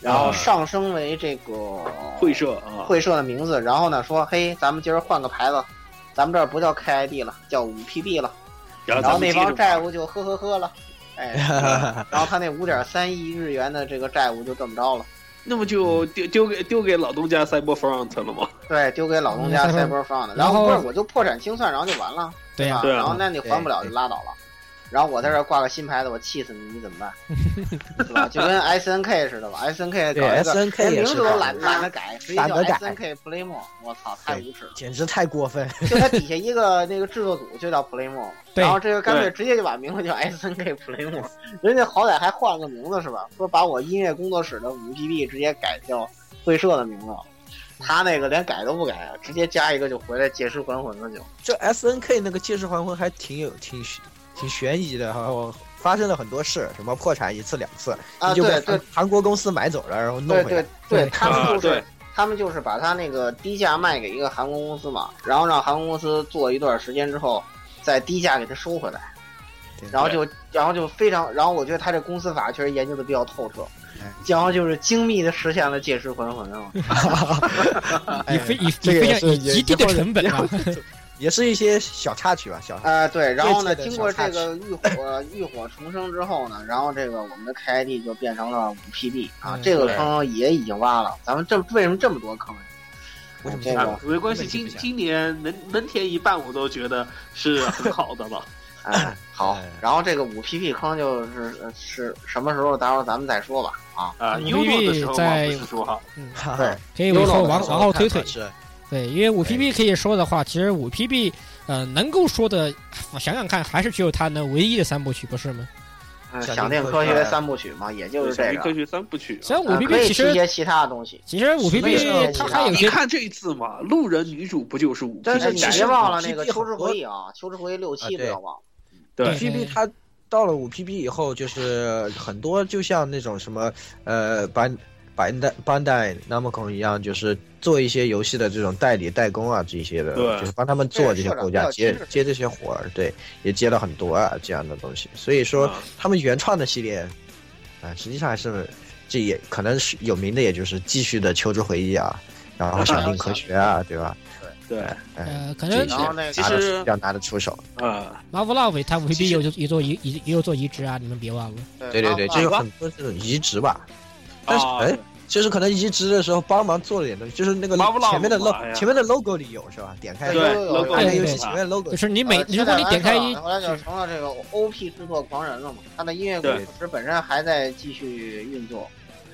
S3: 然后上升为这个
S2: 啊会社啊，
S3: 会社的名字，然后呢说，嘿，咱们今儿换个牌子，咱们这儿不叫 KID 了，叫五 PB 了，
S2: 然后啊
S3: 然
S2: 咱
S3: 后
S2: 们
S3: 那
S2: 接着
S3: 帮
S2: 玩
S3: 债务就呵呵呵了，
S2: [LAUGHS]
S3: 哎，然后他那五点三亿日元的这个债务就这么着了，
S2: 那不就丢丢给丢给老东家 Cyberfront 了吗？
S3: 对，丢给老东家
S4: 嗯
S3: Cyberpunk 的，然
S4: 然
S3: 后
S4: 后
S3: 不是我就破产清算，然后就完了，
S4: 对呀
S3: 吧？
S2: 对啊
S3: 然后那你还不了就拉倒了。然后我在这儿挂个新牌子，我气死你，你怎么
S1: [LAUGHS]
S3: 办？是吧？就跟 S N K 似的吧，S N K 搞
S1: 对
S3: 一
S1: S
S3: 个
S1: N
S3: 连
S1: K
S3: 哎名
S1: 也
S3: 字
S1: 是
S3: 都
S1: 这样
S3: 懒懒得改，直接
S1: 懒
S3: 叫
S1: 得改
S3: S N K Playmo，我操，太无耻了！
S1: 简直太过分，
S3: 就它底下一个那个制作组就叫 Playmo，
S4: 对
S3: 然后这个干脆直接就把名字叫 S N K Playmo，人家好歹还换个名字是吧？说把我音乐工作室的五 G B 直接改叫会社的名字，他那个连改都不改，直接加一个就回来借尸还魂了就。
S1: 这 S N K 那个借尸还魂还挺有挺悬挺悬疑的，然后发生了很多事，什么破产一次两次，
S3: 啊，
S1: 你就
S3: 对
S1: 被
S3: 对
S1: 韩韩国公司买走了，然后弄
S3: 对
S1: 回
S3: 对
S1: 来。
S3: 对，
S4: [LAUGHS] 对
S3: 他们
S2: 啊
S3: 就是、
S2: 对
S3: 他们就是把他那个低价卖给一个韩国公司嘛，然后让韩国公司做一段时间之后，再低价给他收回来
S1: 对，
S3: 然后就然后就非常，然后我觉得他这公司法确实研究的比较透彻
S1: 哎，
S3: 然后就是精密的实现了借尸还魂
S1: [LAUGHS]
S3: 啊，
S4: 以非以以
S1: 哎这个
S4: 非
S1: 也
S4: 常
S1: 是
S4: 以极低的成本啊，
S1: 也是一些小插曲吧，小
S3: 啊、对，然后呢，
S1: 这
S3: 经
S1: 次的
S3: 过
S1: 小插
S3: 这
S1: 曲
S3: 个浴火浴火重生之后呢，然后这个我们的 KID 就变成了五 PB 啊，
S4: 嗯
S3: 这个
S2: 对
S3: 坑也已经挖了，咱们这为什么这么多坑？
S1: 为什么
S3: 这
S1: 这
S3: 个
S1: 个
S2: 啊，没关系，
S1: 根本记
S2: 今
S1: 不下
S2: 今年能能填一半，我都觉得是很好的了。
S1: [CLEARS THROAT]
S3: 哎，好
S1: 哎，
S3: 然后这个五 PP 坑就是呃是什么时候，待会儿咱们再说吧。啊，
S4: [LAUGHS]
S2: 啊，
S4: 嗯
S2: 优诺的时候嘛，
S4: 在
S2: 不是说哈，
S1: 对，
S4: 嗯可以往后往往后推推。
S1: 是
S4: 对，因为五 PB 可以说的话，其实五 PB，呃，能够说的，想想看，还是只有它那唯一的三部曲，不是吗？
S3: 嗯
S1: 小
S3: 想
S1: 定
S3: 定
S1: 科
S3: 科
S1: 学
S3: 学三部曲嘛，也就是
S2: 小
S3: 这
S2: 林科
S3: 个。
S2: 学三部曲啊。
S4: 虽然五
S3: 呃可
S4: PB
S3: 以提一
S4: 其实
S3: 些其他的东西，
S4: 其实五
S1: 所以
S4: PB
S1: 说
S4: 它还有
S2: 你
S4: 些，
S2: 看这一次嘛，路人女主不就是五 P
S3: 但
S1: 但
S3: 是
S1: 是
S3: 哎你
S1: 其
S3: 别
S1: 实
S3: 忘了
S1: 5PP
S3: 那个《
S1: 很
S3: 秋之
S1: 多
S3: 回忆》啊，《秋之回忆》六七
S1: 啊
S3: 不
S1: 对
S3: 要忘了。
S2: 对
S4: 嗯
S1: GB 它到了五 PB 以后，就是很多就像那种什么呃班班代班代 Namco 一样，就是做一些游戏的这种代理代工啊这些的，
S2: 对
S1: 就是帮他们做这些构架，
S3: 这是社
S1: 接
S3: 长比较机智
S1: 接这些活儿，对，也接了很多啊这样的东西。所以说
S2: 啊
S1: 他们原创的系列啊、实际上还是这也可能是有名的，也就是继续的《求知回忆》啊，然后《想定科学》啊，对吧？
S2: 对
S1: 嗯，
S4: 呃，可能
S1: 这
S3: 然
S1: 些
S3: 后那个
S2: 其
S1: 拿
S2: 实
S1: 得出比较拿得出手。
S2: 啊，
S4: Love Love 它五 PB 有也做移也也有做移植啊，你们别忘了。
S1: 对对对，
S3: 然后
S1: 这有
S2: 好吧
S1: 很多这种移植吧。但是
S2: 啊
S1: 哎就是可能移植的时候帮忙做了点东西，就是那个
S2: Marvel
S1: 前面的
S2: 嘛
S1: logo，
S2: 哎呀
S1: 前面的 logo 里有是吧？点开
S2: 对
S3: 有有有
S2: ，logo
S1: 按
S4: 对
S1: 开
S4: 对
S1: 游
S4: 对
S1: 戏前面的 logo，
S4: 就是你每
S3: 呃
S4: 如果你点开一
S3: 现在，完事儿了后来就成了这个 OP 制作狂人了嘛，他的音乐
S2: 对
S3: 公司本身还在继续运作，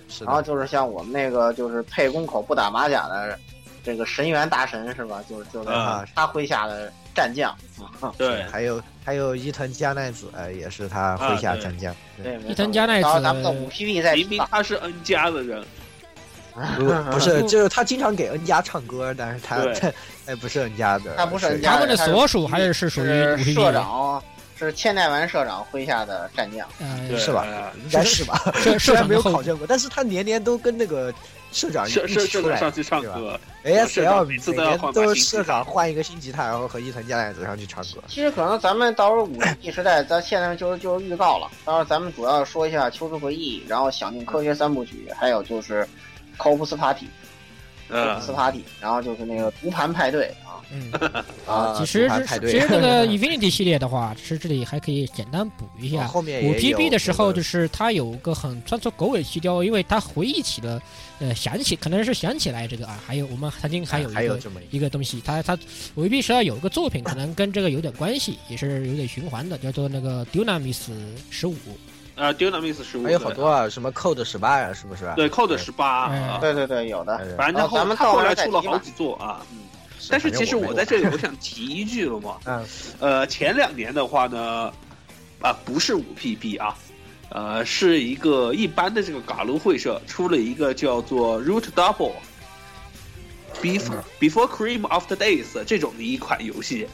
S1: 是
S3: 然后
S2: 啊
S1: 的，
S3: 就是像我们那个就是配宫口不打马甲的这个神原大神是吧？就是就在他
S1: 嗯
S3: 他麾下的战将，
S2: 对，啊
S1: 还有还有伊藤加奈子，呃，也是他麾下战将。
S3: 对，没错
S4: 伊藤加奈子
S3: 然后咱们的五 PB
S1: 哎
S3: 在
S2: 明明他是 N 加的人，
S1: 不
S2: [LAUGHS]
S1: 不是，就是他经常给 N 家唱歌，但是他
S2: 对
S1: 他哎不是 N 家的，
S3: 他不是 N 家
S4: 他们的所属还是是属于五
S3: 是社
S4: PB，
S3: 长，是千代丸社长麾下的战将。
S4: 呃
S2: 对，
S1: 是吧
S2: 哎
S1: 应该是吧？
S4: 社
S1: 虽
S4: 社
S1: 然
S4: 长
S1: 没
S4: 的
S1: 有
S4: 后
S1: 考证过，但是他年年都跟那个社啊长一
S2: 社
S1: 起
S2: 社社
S1: 出
S2: 长
S1: 来
S2: 上去唱
S1: 对吧
S2: 歌，社
S1: ，ASL
S2: 长每
S1: 每
S2: 次都要
S1: 年
S2: 换把
S1: 都
S2: 新吉
S1: 社
S2: 他
S1: 长换一个新吉他，然后和伊藤加奈子上去唱歌。
S3: 其实可能咱们到时候五 G 时代，咱现在就是就是预告了。到时候咱们主要说一下《秋之回忆》，然后《想定科学》三部曲，还有就是《Corpus Party》。
S2: 嗯
S3: 斯塔底，然后就是那个读盘派对啊，
S4: 嗯，
S1: 啊，
S4: 其实
S1: 组团
S4: 是
S1: 派对
S4: 其实
S1: [LAUGHS]
S4: 这个 Infinity 系列的话，其实这里还可以简单补一下
S1: 哦。后面
S4: 补
S1: 也
S4: PB
S1: 有
S4: 的时候，
S1: 那个
S4: 就是他有个很算作狗尾续貂，因为他回忆起了，呃，想起可能是想起来这个啊，还有我们曾经还有一
S1: 哎还有
S4: 个
S1: 这么一
S4: 一个东西，他他我 B 十二有一个作品，可能跟这个有点关系，也是有点循环的，叫做那个 Dynamis 十五，
S2: 啊 d y n a m i s 十五
S1: 还有好多啊，什么 Code 十八呀，是不是？啊
S2: 对 Code 十八
S4: 嗯
S2: 啊，
S3: 对对对，有的，
S1: 哎呀，
S2: 反正他
S3: 哦咱
S2: 后
S3: 们
S2: 他
S3: 到
S2: 后
S3: 了
S2: 来
S3: 再
S2: 出了
S3: 提
S2: 好
S3: 吧
S2: 几座啊。
S1: 是
S2: 但是
S1: 反正
S2: 其实
S1: 没
S2: 我
S1: 有
S2: 在这里，我想提一句了嘛，
S1: 嗯，
S2: [LAUGHS] 呃，前两年的话呢，啊，不是五 PB 啊，呃，是一个一般的这个嘎鲁会社出了一个叫做 Root Double Before Before Cream After Days 这种的一款游戏，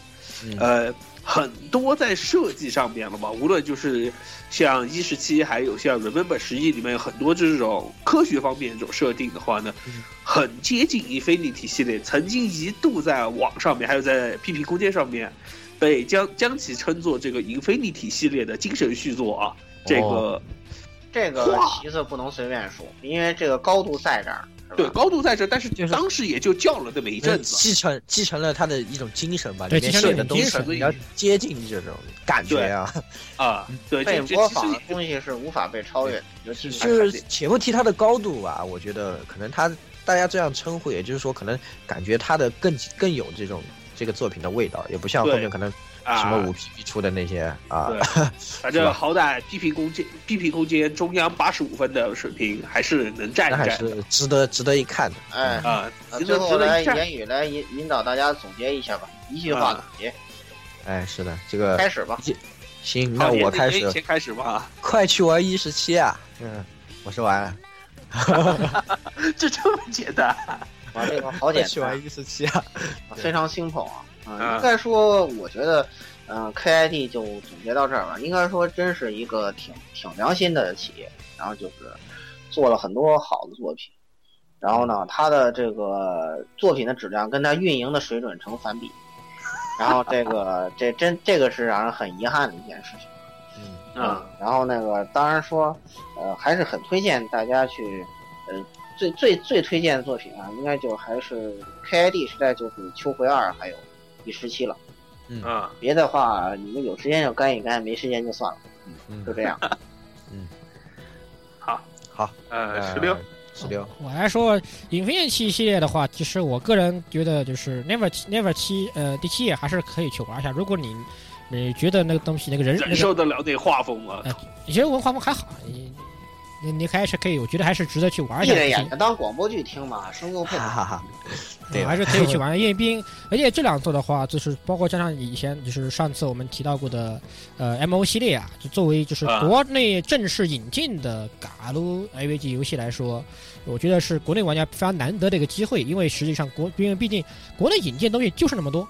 S1: 嗯
S2: 呃，很多在设计上面了嘛，无论就是像一十七，还有像 Remember 十一里面有很多这种科学方面这种设定的话呢
S1: 嗯，
S2: 很接近 Infinity 系列，曾经一度在网上面还有在 PP 空间上面被将将其称作这个 Infinity 系列的精神续作啊。这个、
S1: 哦
S3: 这个其次不能随便说，因为这个高度在这儿，是吧
S2: 对高度在这，但是
S1: 就是
S2: 当时也就叫了那么一阵子。啊
S3: 嗯
S1: 继承继承了他的一种精神吧，
S4: 对
S1: 里面
S4: 继承
S1: 写的
S4: 了一种
S1: 东西
S4: 精神
S1: 比较接近这种感觉啊。
S2: 啊，对，
S3: 嗯被
S2: 这这
S3: 模
S2: 其实
S3: 仿的
S2: 也
S3: 东西是无法被超越的，尤其
S2: 是
S3: 是
S1: 就是且不提它的高度吧，我觉得可能他大家这样称呼，也就是说可能感觉它的更更有这种这个作品的味道，也不像后
S2: 对
S1: 面可能
S2: 啊，
S1: 什么五 PP 出的那些啊 [LAUGHS]
S2: 对，反
S1: 是
S2: 正
S1: 吧
S2: 好歹 PP 空间 PP 空间中央八十五分的水平还是能站
S1: 那
S2: 一
S1: 还
S2: 站
S1: 是值得值得一看的。
S3: 哎，
S2: 啊，
S3: 呃
S2: 值
S3: 最
S2: 得
S3: 后
S2: 值得
S3: 来啊
S2: 一站。
S3: 言语来引引导大家总结一下吧，一句话总结，
S1: 哎，是的，这个
S3: 开始 [LAUGHS] 吧。
S1: 行，
S2: 好
S1: 那我
S2: 言
S1: 开
S2: 言
S1: 始，
S2: 先开始吧， [LAUGHS]
S1: 快去玩一十七啊！嗯，我说完了，
S2: 就这么简单。
S3: 啊，这个好
S1: 快
S3: 简
S1: 去
S3: 单
S1: 玩，一十七啊！
S3: 非常新捧啊。啊，
S2: 嗯
S3: 应该说，我觉得，嗯、k i d 就总结到这儿吧。应该说，真是一个挺挺良心的企业，然后就是做了很多好的作品。然后呢，它的这个作品的质量跟它运营的水准成反比。然后这个这真这个是让人很遗憾的一件事情。
S1: 嗯，
S2: 啊，
S3: 然后那个当然说，呃，还是很推荐大家去，呃，最最最推荐的作品啊，应该就还是 KID 时代就是《秋回二》还有《第十七》了。
S1: 嗯
S2: 啊，
S3: 别的话，你们有时间就干一干，没时间就算了，
S1: 嗯
S3: 就这样。
S2: 好，
S1: 好，
S2: 呃，
S1: 嗯
S2: 十六，
S1: 十六，
S4: 啊我来说 Infinity 系列的话，其实我个人觉得就是 Never 七 Never 七呃第七页还是可以去玩一下，如果你你觉得那个东西那个人
S2: [LAUGHS] 忍
S4: 那个
S2: 受得了那画风吗？
S4: 其实文化风还好，你你你还是可以，我觉得还是值得去玩
S3: 闭
S4: 一下
S3: 着
S4: 的
S3: 眼睛当广播剧听嘛，生够配
S1: 哈。
S4: 啊
S1: 哈哈，对
S4: 嗯还是可以去玩。因为毕竟， [LAUGHS] 而且这两座的话，就是包括加上以前就是上次我们提到过的，呃，M O 系列啊，就作为就是
S2: 啊
S4: 国内正式引进的嘎鲁 A V G 游戏来说，我觉得是国内玩家非常难得的一个机会，因为实际上国，因为毕竟国内引进的东西就是那么多，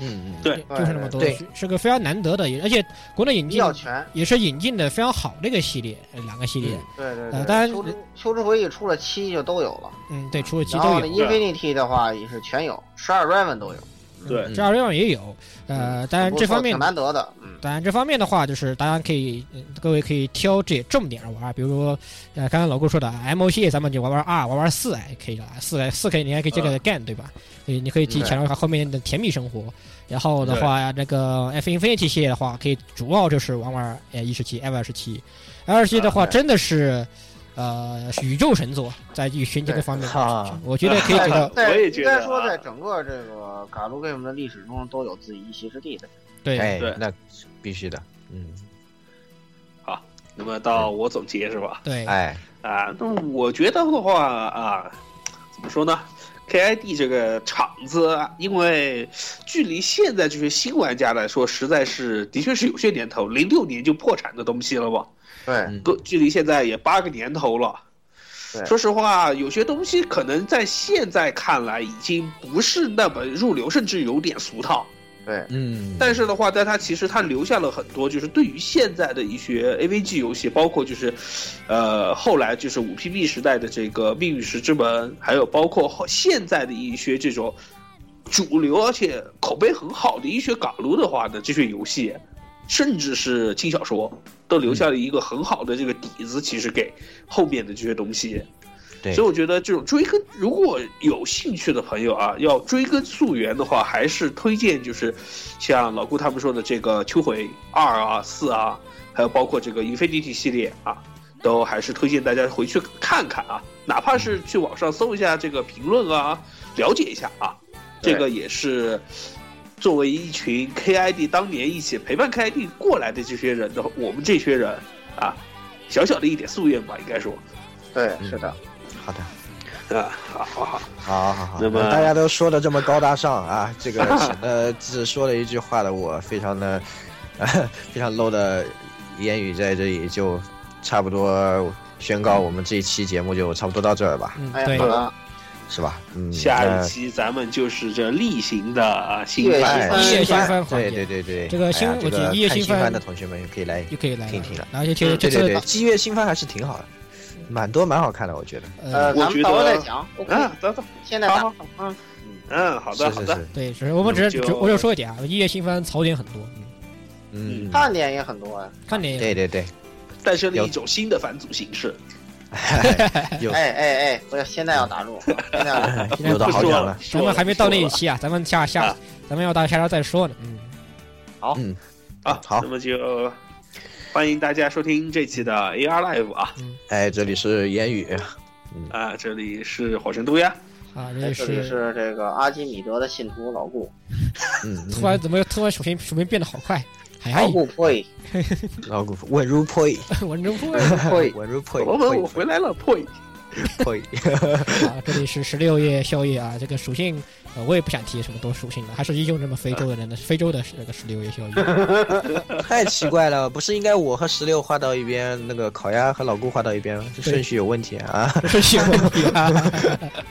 S1: 嗯嗯，
S2: 对
S4: 就是那么多，
S1: 对
S4: 是是个非常难得的，而且国内引
S3: 比
S4: 进
S3: 较全，
S4: 也是引进的非常好的一个系列，呃两个系列，
S3: 对对
S4: 呃当然
S3: 秋之秋之回忆出了七就都有了，
S4: 嗯，对，除了集
S3: 然
S4: 都
S3: 后
S4: 有
S3: 呢。，Infinity 的话也是全有，十二 Raven 都有，
S2: 对
S4: 嗯这二样也有，呃，当然
S3: 嗯不
S4: 这
S3: 错
S4: 方面
S3: 挺难得的。嗯，
S4: 当然，这方面的话，就是大家可以，呃各位可以挑这重点玩，比如说，呃，刚刚老顾说的 M O 系，咱们就玩玩二，玩玩四，哎，可以了，四个四 K 你还可以接
S3: 嗯
S4: 着干，对吧？你你可以去
S1: 对
S4: 享受一下后面的甜蜜生活。然后的话，那个 F Infinity 系列的话，可以主要就是玩玩呃一十七、F 二十七、F 二十七的话，
S1: 啊
S4: 真的是，呃，宇宙神作，在于寻这个方面，
S1: 哈，
S4: 我觉得可以
S3: [LAUGHS]
S4: 给它，
S3: 在
S2: 我也觉得啊
S3: 应该说，在整个这个卡路 game 的历史中都有自己一席之地的。
S4: 对，
S1: 哎
S2: 对，
S1: 那必须的，嗯，
S2: 那么到我总结是吧？
S4: 对，
S1: 哎，
S2: 啊，那我觉得的话啊，怎么说呢？KID 这个厂子啊，因为距离现在这些新玩家来说，实在是的确是有些年头，零六年就破产的东西了吧？
S3: 对，
S1: 嗯
S2: 都距离现在也八个年头了。
S3: 对
S2: 说实话，有些东西可能在现在看来已经不是那么入流，甚至有点俗套。
S1: 嗯，
S2: 但是的话，在它其实它留下了很多，就是对于现在的一些 AVG 游戏，包括就是，呃，后来就是五 PB 时代的这个《命运石之门》，还有包括后现在的一些这种主流而且口碑很好的一些港撸的话呢，这些游戏，甚至是轻小说，都留下了一个很好的这个底子，其实给后面的这些东西。
S1: 对
S2: 所以我觉得这种追根，如果有兴趣的朋友啊，要追根溯源的话，还是推荐就是像老顾他们说的这个《秋回二》啊、四啊，还有包括这个《Infinity》系列啊，都还是推荐大家回去看看啊，哪怕是去网上搜一下这个评论啊，了解一下啊，
S3: 对
S2: 这个也是。作为一群 KID 当年一起陪伴 KID 过来的这些人的，我们这些人啊，小小的一点夙愿吧，应该说
S3: 对，
S1: 嗯
S3: 是的，
S1: 好的，
S2: 啊，好好好，
S1: 好好好，
S2: 那么
S1: 大家都说的这么高大上啊，这个呃，只说了一句话的我，非常的、 [LAUGHS] 非常 low 的言语在这里就差不多宣告我们这一期节目就差不多到这儿吧，
S4: 嗯，
S3: 哎
S4: 对
S3: 呀，好，了，
S1: 是吧？嗯，
S2: 下
S1: 那
S2: 一期咱们就是这例行的啊新
S3: 对
S2: 番
S1: 哎
S4: 一夜新番环
S1: 对
S4: 节
S1: 对对对，
S4: 这个新
S1: 哎呀这
S4: 我觉
S1: 个
S4: 得一夜
S1: 看
S4: 新
S1: 新
S4: 番
S1: 番的同学们也可以来，
S4: 就可以来
S1: 听听了
S4: 然后就其实
S1: 对
S4: 这
S1: 对对，
S4: 次
S1: 七月新番还是挺好的，蛮多蛮好看的，我觉得。
S3: 呃，
S4: 呃，
S2: 我
S3: 咱
S2: 觉
S3: 们到时候
S2: 得
S3: 再讲。OK，
S2: 啊，等等，
S3: 现在打
S2: 好
S3: 嗯，
S2: 嗯，好的
S1: 是
S2: 好
S1: 是
S2: 的，
S1: 是，
S4: 对，只是我们只是
S2: 就
S4: 只我就说一点啊，一夜新番槽点很多，嗯，
S1: 嗯，
S3: 看点也很多啊。
S4: 看点也
S1: 对对对，
S2: 诞生了一种新的返祖形式，
S1: 有
S3: 哎哎哎，不要，现在要
S1: [LAUGHS]
S3: 打入，现在要
S4: 哎
S3: 打入
S1: 有的好
S2: 说
S1: 讲
S2: 了
S4: [LAUGHS]
S1: 了，
S4: 咱们还没到那一
S2: 说
S4: 期啊，咱们下下
S2: 啊
S4: 咱们要到下周再说呢，嗯，
S2: 了啊，
S1: 好
S2: 那么就欢迎大家收听这期的 AR Live 啊
S1: 哎，这里是言语，
S2: 啊，这里是火神渡鸦，
S4: 啊，这
S3: 哎这
S1: 哎
S4: 也
S3: 里是这个阿基米德的信徒老顾，
S1: 嗯，
S4: 突然怎么突然手心手边变得好快，哎呀
S3: 老，顾 boy，
S1: 老古稳如破译，
S4: 文中不
S1: 哎
S3: boy，
S1: 稳如破译，
S2: 哦我们我回来了，point，
S1: 破译，
S2: [LAUGHS]
S4: 啊，这里是十六夜宵夜啊，这个属性、呃、我也不想提什么多属性了，还是依旧那么非洲的人的非洲的那个十六
S1: [LAUGHS]
S4: 夜宵夜。 [LAUGHS]
S1: 太奇怪了，不是应该我和石榴画到一边，那个烤鸭和老顾画到一边吗？这顺序有问题啊！
S4: 这是有问题啊！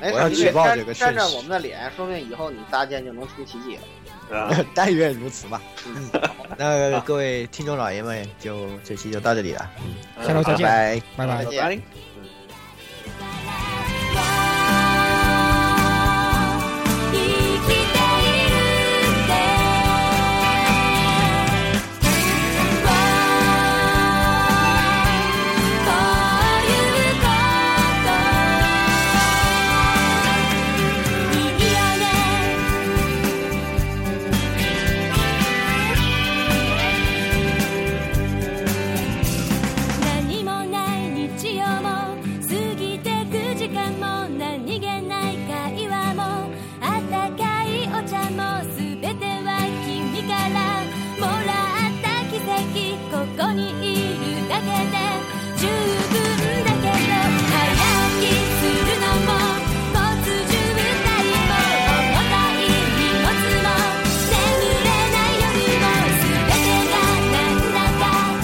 S3: 没
S1: 我要
S3: 事，你
S1: 举报
S3: 哎沾
S1: 这个
S3: 沾
S1: 顺
S3: 着
S1: 序
S3: 我们的脸，说不定以后你搭建就能出奇迹了。
S2: 啊，
S1: [LAUGHS] 但愿如此吧。嗯，那各位听众老爷们，就这期就到这里了，
S4: [LAUGHS]
S1: 嗯
S4: 下周再
S1: 拜
S4: 见
S1: 拜。
S4: 拜拜
S3: 再。
S2: 啊拜
S3: 见
S2: 拜。
S5: 生きているって」「わこういうこといいよね」何もない日曜も過ぎてく時間も何気ない会話もあったかいお茶も全ては君からもらった奇跡ここにいるだけで十分だけど早起きするのも交通渋滞も重たい荷物も眠れない夜も全てがなんだか嬉しくて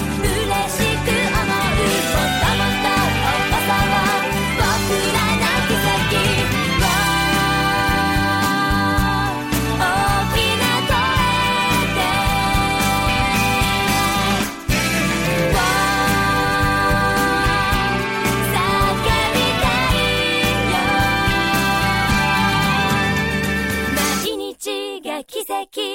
S5: 思うもっともっと起こそう僕らの奇跡は大きな声で叫びたいよ毎日が奇跡